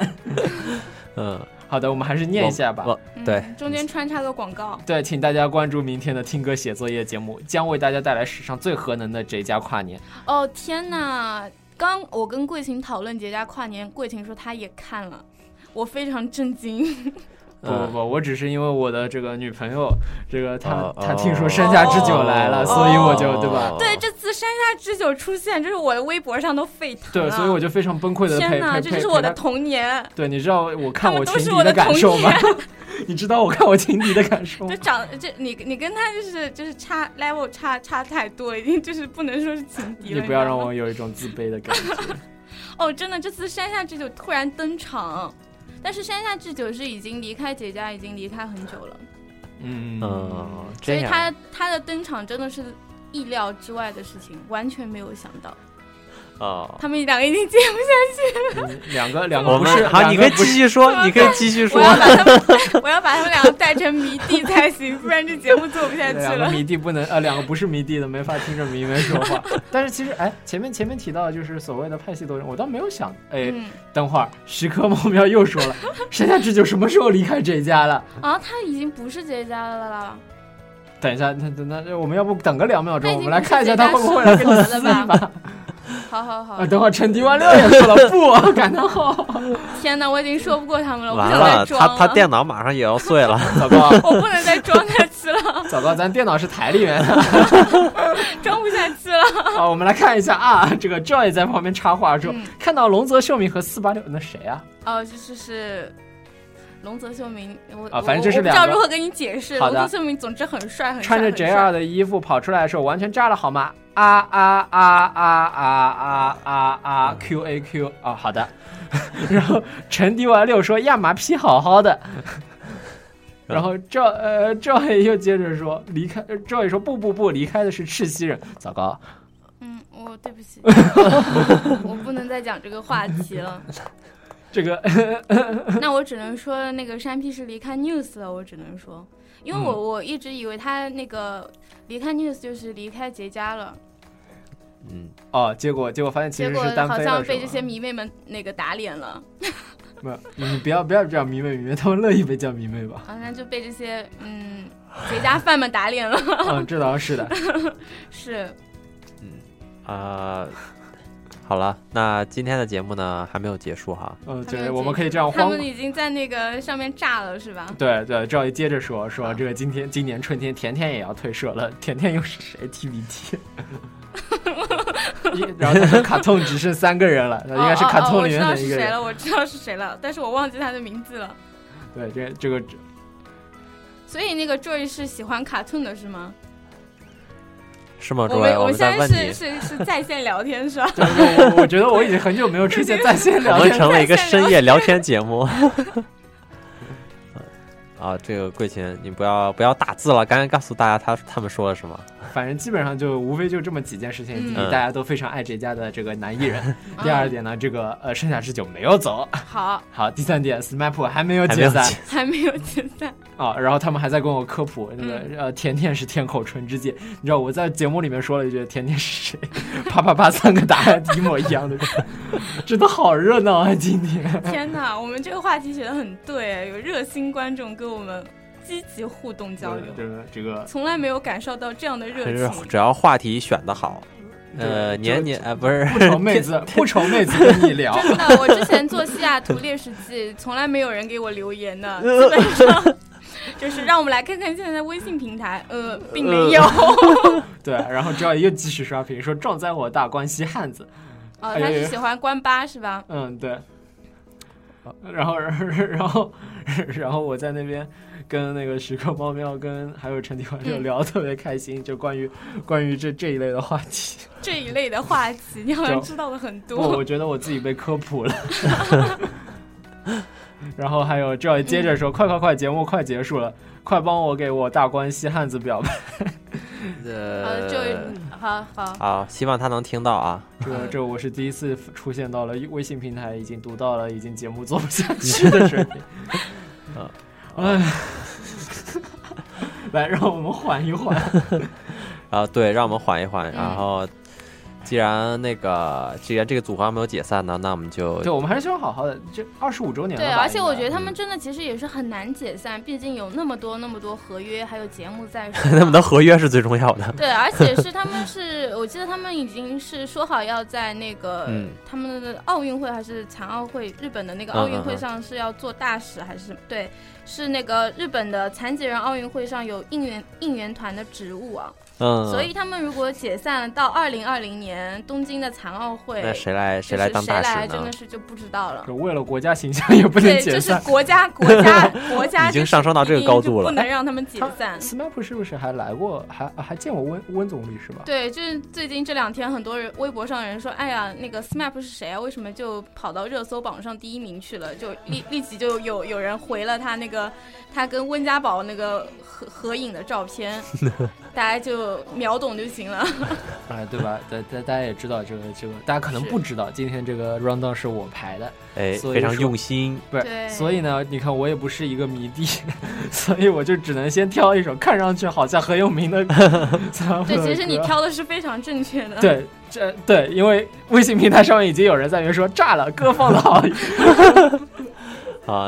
Speaker 7: 嗯，
Speaker 11: 好的，我们还是念一下吧
Speaker 7: 我。对，
Speaker 12: 嗯中间穿插个广告，
Speaker 11: 对，请大家关注明天的听歌写作业节目，将为大家带来史上最核能的这家跨年。
Speaker 12: 哦天哪！刚我跟桂琴讨论《节假跨年》，桂琴说她也看了，我非常震惊。
Speaker 11: 不
Speaker 7: 嗯
Speaker 11: 不不，我只是因为我的这个女朋友，这个她
Speaker 7: 哦
Speaker 11: 她听说山下之久来了，所以我就对吧？
Speaker 12: 对，这次山下智久出现，就是我的微博上都沸腾
Speaker 11: 对，
Speaker 12: 了。
Speaker 11: 所以我就非常崩溃的陪
Speaker 12: 天哪，
Speaker 11: 陪
Speaker 12: 这
Speaker 11: 陪
Speaker 12: 就是我的
Speaker 11: 陪她
Speaker 12: 童年。
Speaker 11: 对，你知道我看我
Speaker 12: 都
Speaker 11: 情
Speaker 12: 是
Speaker 11: 敌
Speaker 12: 我的
Speaker 11: 感
Speaker 12: 童
Speaker 11: 受吗
Speaker 12: 年？
Speaker 11: 你知道我看我情敌的感受 吗
Speaker 12: 就？长这你你跟他就是就是差 level 差差太多，已经就是不能说是情敌
Speaker 11: 你
Speaker 12: 了。
Speaker 11: 不要
Speaker 12: 知道
Speaker 11: 让
Speaker 12: 吗
Speaker 11: 我有一种自卑的感觉。
Speaker 12: 哦，真的，这次山下智久突然登场，但是山下智久是已经离开节假，已经离开很久了，
Speaker 11: 嗯
Speaker 7: 嗯，
Speaker 12: 所
Speaker 7: 这
Speaker 12: 以
Speaker 7: 样
Speaker 12: 他他的登场真的是意料之外的事情，完全没有想到，
Speaker 7: 哦。
Speaker 12: 他们两个已经接不下去了。
Speaker 11: 两个两
Speaker 7: 我
Speaker 11: 个不
Speaker 7: 们
Speaker 11: 是，
Speaker 7: 好，
Speaker 11: 两
Speaker 7: 你
Speaker 11: 个
Speaker 7: 可以
Speaker 11: 不
Speaker 7: 继
Speaker 11: 是
Speaker 7: 续说，你可以继续说
Speaker 12: 我。要把他们，我要把他们两个带成迷弟才行，不然这节目做不下去
Speaker 11: 两个
Speaker 12: 了。
Speaker 11: 迷弟不能呃，两个不是迷弟的没法听着迷妹说话。 但是其实哎，前面前面提到就是所谓的派系斗争，我倒没有想哎，
Speaker 12: 嗯
Speaker 11: 等会儿时刻猫喵又说了，山下智久什么时候离开这一家了？
Speaker 12: 啊，他已经不是节假了啦，
Speaker 11: 等一下，那那那我们要不等个两秒
Speaker 12: 他
Speaker 11: 钟，
Speaker 12: 已
Speaker 11: 我
Speaker 12: 经
Speaker 11: 们来
Speaker 12: 不是
Speaker 11: 看一下
Speaker 12: 节
Speaker 11: 他
Speaker 12: 假
Speaker 11: 会不
Speaker 12: 是
Speaker 11: 会来
Speaker 12: 死
Speaker 11: 跟我们
Speaker 12: 了
Speaker 11: 撕逼
Speaker 12: 吧
Speaker 11: 吧。
Speaker 12: 好好好
Speaker 11: 啊，，等会儿陈迪万六也说了不，感叹号。
Speaker 12: 天哪，我已经说不过他们了，我不
Speaker 7: 完
Speaker 12: 想再
Speaker 7: 了，
Speaker 12: 装
Speaker 7: 他他电
Speaker 12: 脑，
Speaker 7: 脑马上也要碎了。
Speaker 11: 糟糕，
Speaker 12: 我不能再装下去了，
Speaker 11: 糟糕，咱电脑是台里面的。
Speaker 12: 装不下去了。
Speaker 11: 啊，我们来看一下啊，这个 Joy 在旁边插话说，
Speaker 12: 嗯
Speaker 11: 看到龙泽秀明和四八六，那谁啊？
Speaker 12: 哦，就是是龙泽秀明，我
Speaker 11: 啊反正就是
Speaker 12: 我我不知
Speaker 11: 两
Speaker 12: 道
Speaker 11: 个
Speaker 12: 如何跟你解释。
Speaker 11: 好
Speaker 12: 龙
Speaker 11: 的
Speaker 12: 泽秀明总之很帅，很 帅
Speaker 11: 穿着啊
Speaker 12: 很帅
Speaker 11: JR 的衣服跑出来的时候，完全炸了好吗？啊啊啊啊啊啊啊！Q A Q 啊，好的。 然后陈迪完六说亚麻皮好好的，然后赵呃赵伟又接着说离开，呃赵伟说不不不，离开的是赤西仁，糟糕，
Speaker 12: 嗯，我对不起， 我不能再讲这个话题了。
Speaker 11: 这个
Speaker 12: 那我只能说，那个山 P 是离开 News 了。我只能说，因为
Speaker 11: 嗯
Speaker 12: 我、我一直以为他那个离开 News 就是离开结痂了，
Speaker 11: 哦，结果结果发现其
Speaker 12: 结
Speaker 11: 实
Speaker 12: 果
Speaker 11: 是单
Speaker 12: 好
Speaker 11: 飞
Speaker 12: 像
Speaker 11: 了，是
Speaker 12: 被这
Speaker 11: 吗？
Speaker 12: 些迷妹们那个打脸了。
Speaker 11: 啊没有，你不要不要叫迷妹迷妹，他们乐意被叫 迷妹吧？
Speaker 12: 好像就被这些嗯结痂贩们打脸了。
Speaker 11: 嗯，这倒是的。
Speaker 12: 是，
Speaker 7: 啊、好了，那今天的节目呢还没有结束哈。
Speaker 11: 嗯，就是我们可以这样
Speaker 12: 他
Speaker 11: 慌
Speaker 12: 们已经在那个上面炸了，是吧？
Speaker 11: 对对，赵毅接着说
Speaker 12: 啊
Speaker 11: 说这个今天今年春天甜甜也要退社了， 甜甜又是谁 TBT？一然后他说卡通只剩三个人了，那
Speaker 12: 哦
Speaker 11: 应该是卡通里面
Speaker 12: 哦哦我
Speaker 11: 的
Speaker 12: 知道
Speaker 11: 一
Speaker 12: 是
Speaker 11: 个
Speaker 12: 谁
Speaker 11: 人。
Speaker 12: 了，我知道是谁了，但是我忘记他的名字了。
Speaker 11: 对，这这个
Speaker 12: 所以那个 Joy 是喜欢卡顿的是吗？
Speaker 7: 是吗？
Speaker 12: 我
Speaker 7: 诸位，
Speaker 12: 我
Speaker 7: 哦们
Speaker 12: 们现
Speaker 7: 在
Speaker 12: 在
Speaker 7: 问
Speaker 12: 是
Speaker 7: 你，
Speaker 12: 是是在线聊天是吧？
Speaker 11: 我我觉得我已经很久没有出现在线
Speaker 7: 我
Speaker 11: 聊
Speaker 7: 们
Speaker 11: 天，
Speaker 7: 成了一个深夜聊天节目。啊、 啊，这个桂琴，你不要不要打字了，赶紧告诉大家他他们说了什么。
Speaker 11: 反正基本上就无非就这么几件事情。第一，
Speaker 7: 嗯
Speaker 11: 大家都非常爱这家的这个男艺人；
Speaker 12: 嗯
Speaker 11: 第二点呢，这个呃盛夏之酒没有走。
Speaker 12: 好，
Speaker 11: 好，第三点，SMAP 还没有
Speaker 7: 还没
Speaker 11: 解
Speaker 7: 有
Speaker 11: 散
Speaker 7: 解
Speaker 12: 还没有解 散。
Speaker 11: 啊，然后他们还在跟我科普那个、
Speaker 12: 嗯
Speaker 11: 呃甜甜是天口唇之界，你知道我在节目里面说了一句甜甜是谁，啪啪啪三个答案一模一样的，真的好热闹啊！今天
Speaker 12: 天哪，我们这个话题选的很对，有热心观众跟我们积极互动交流，
Speaker 11: 真的这个
Speaker 12: 从来没有感受到这样的热
Speaker 7: 就是
Speaker 12: 情。
Speaker 7: 只要话题选的好，呃，年年呃不是
Speaker 11: 不愁妹子，不愁妹子跟你聊，
Speaker 12: 真的，我之前做西雅图烈士记，从来没有人给我留言 的，基本上 就是让我们来看看现在的微信平台，呃，并没有。
Speaker 11: 对，然后之后又继续刷屏说壮哉我大关西汉子，
Speaker 12: 哦，
Speaker 11: 哎
Speaker 12: 他
Speaker 11: 呦
Speaker 12: 是喜欢关八是吧？
Speaker 11: 嗯，对。然后， 然后，然后我在那边跟那个徐克、猫喵跟还有陈迪环就聊得特别开心，就关于关于这这一类的话题。
Speaker 12: 这一类的话题，你好像知道的很
Speaker 11: 不， 我
Speaker 12: 多。啊
Speaker 11: 觉得我自己被科普了。 然后还有这接着说，快快快，节目快结束了，快帮我给我大关西汉子表白。
Speaker 7: 呃，
Speaker 12: 嗯好好，
Speaker 7: 好，希望他能听到啊。
Speaker 11: 这个这个我是第一次出现到了微信平台已经读到了已经节目做不 下去的水平。嗯
Speaker 7: 啊，
Speaker 11: 哎， 来，让我们缓一缓。
Speaker 7: 啊，对，让我们缓一缓。然后，既然那个既然这个组合还没有解散呢，那我们就
Speaker 11: 对，我们还是希望好好的，这二十五周年了
Speaker 12: 对，
Speaker 11: 吧
Speaker 12: 而且我觉
Speaker 11: 应
Speaker 12: 得
Speaker 11: 该
Speaker 12: 他们真的其实也是很难解散，毕竟有那么多那么多合约，还有节目在手。
Speaker 7: 他们的合约是最重要的。
Speaker 12: 对，而且是他们是，我记得他们已经是说好要在那个、
Speaker 7: 嗯
Speaker 12: 他们的奥运会还是残奥会，日本的那个
Speaker 7: 嗯
Speaker 12: 奥运
Speaker 7: 嗯
Speaker 12: 会
Speaker 7: 嗯
Speaker 12: 上是要做大使还是什么？对，是那个日本的残疾人奥运会上有应援应援团的职务啊。
Speaker 7: 嗯
Speaker 12: 所以他们如果解散了，到二零二零年东京的残奥会，
Speaker 7: 那谁来
Speaker 12: 就是
Speaker 7: 谁来当大使呢
Speaker 12: 谁来真的是就不知道了。
Speaker 11: 就为了国家形象也不能
Speaker 12: 对，
Speaker 11: 解
Speaker 12: 就是
Speaker 11: 散。
Speaker 12: 国家国 家国家
Speaker 7: 已经
Speaker 12: 就是
Speaker 7: 上升到这个
Speaker 12: 一定
Speaker 7: 高
Speaker 12: 就
Speaker 7: 度了
Speaker 12: 不能让他们解散。
Speaker 11: SMAP 是不是还来过，还还见过温温总理是吧？
Speaker 12: 对，就是最近这两天，很多人微博上人说，哎呀，那个 SMAP 是谁啊？为什么就跑到热搜榜上第一名去了？就立立即就有有人回了他那个他跟温家宝那个合合影的照 片，大家就秒懂就行 了。
Speaker 11: 哎，对吧？大大大家也知道这个这个，大家可能
Speaker 12: 是
Speaker 11: 不知道，今天这个 round down 是我排的，
Speaker 7: 哎
Speaker 11: 所以
Speaker 7: 非常
Speaker 11: 说
Speaker 7: 用心
Speaker 11: 不是，
Speaker 7: 对
Speaker 11: 所以呢，你看我也不是一个迷弟， 所以我就只能先挑一首看上去好像很有名 的残奥会
Speaker 12: 对，
Speaker 11: 的
Speaker 12: 其实你
Speaker 11: 歌
Speaker 12: 挑的是非常正确的。
Speaker 11: 啊对，这对，因为微信平台上面已经有人在那边说炸了，歌放的好。
Speaker 7: 啊，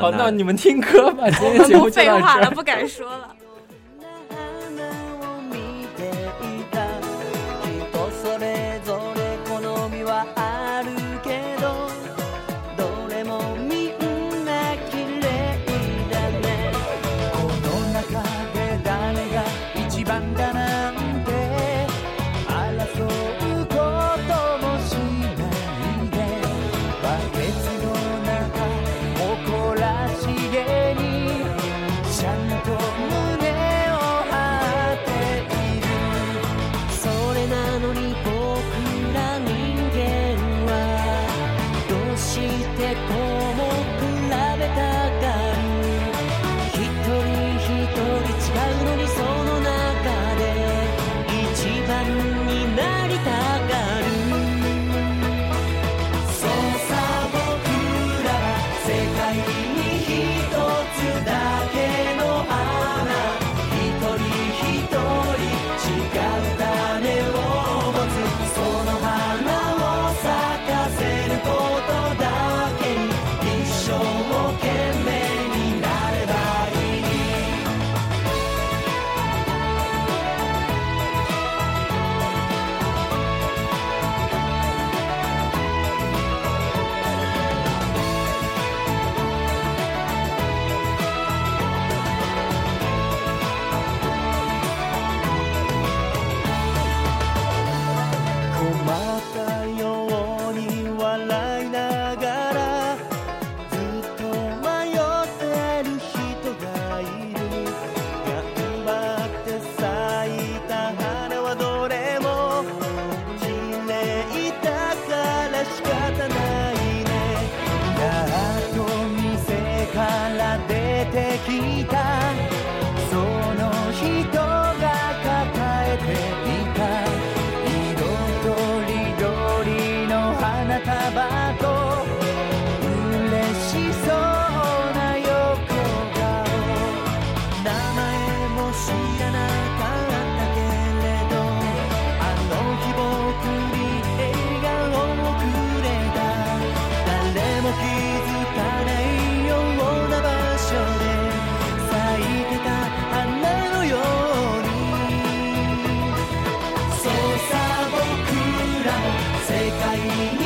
Speaker 11: 好，那你们听歌吧，今
Speaker 12: 我
Speaker 11: 天
Speaker 12: 们
Speaker 11: 节目
Speaker 12: 不
Speaker 11: 就
Speaker 12: 废
Speaker 11: 到
Speaker 12: 话
Speaker 11: 这
Speaker 12: 了，
Speaker 11: 儿。
Speaker 12: 不敢说了。
Speaker 17: 人それぞれ好みはあるけどどれもみんな綺麗だねこの中で誰が一番だなんて争うこともしないでバケツの中誇らしげにちゃんと胸を張っているそれなのに僕ら人間はどうしてこも比べたがる一人一人違うのにその中で一番になりたがるそうさ僕らは世界に一つだけの花一人一人違う種を持つそれが僕らの花を咲かせることだけに一生ばと嬉しそうな横顔名前も知らなかったけれどあの日僕に笑顔をくれた誰も気づかないような場所で咲いてた花のようにそうさ僕ら世界に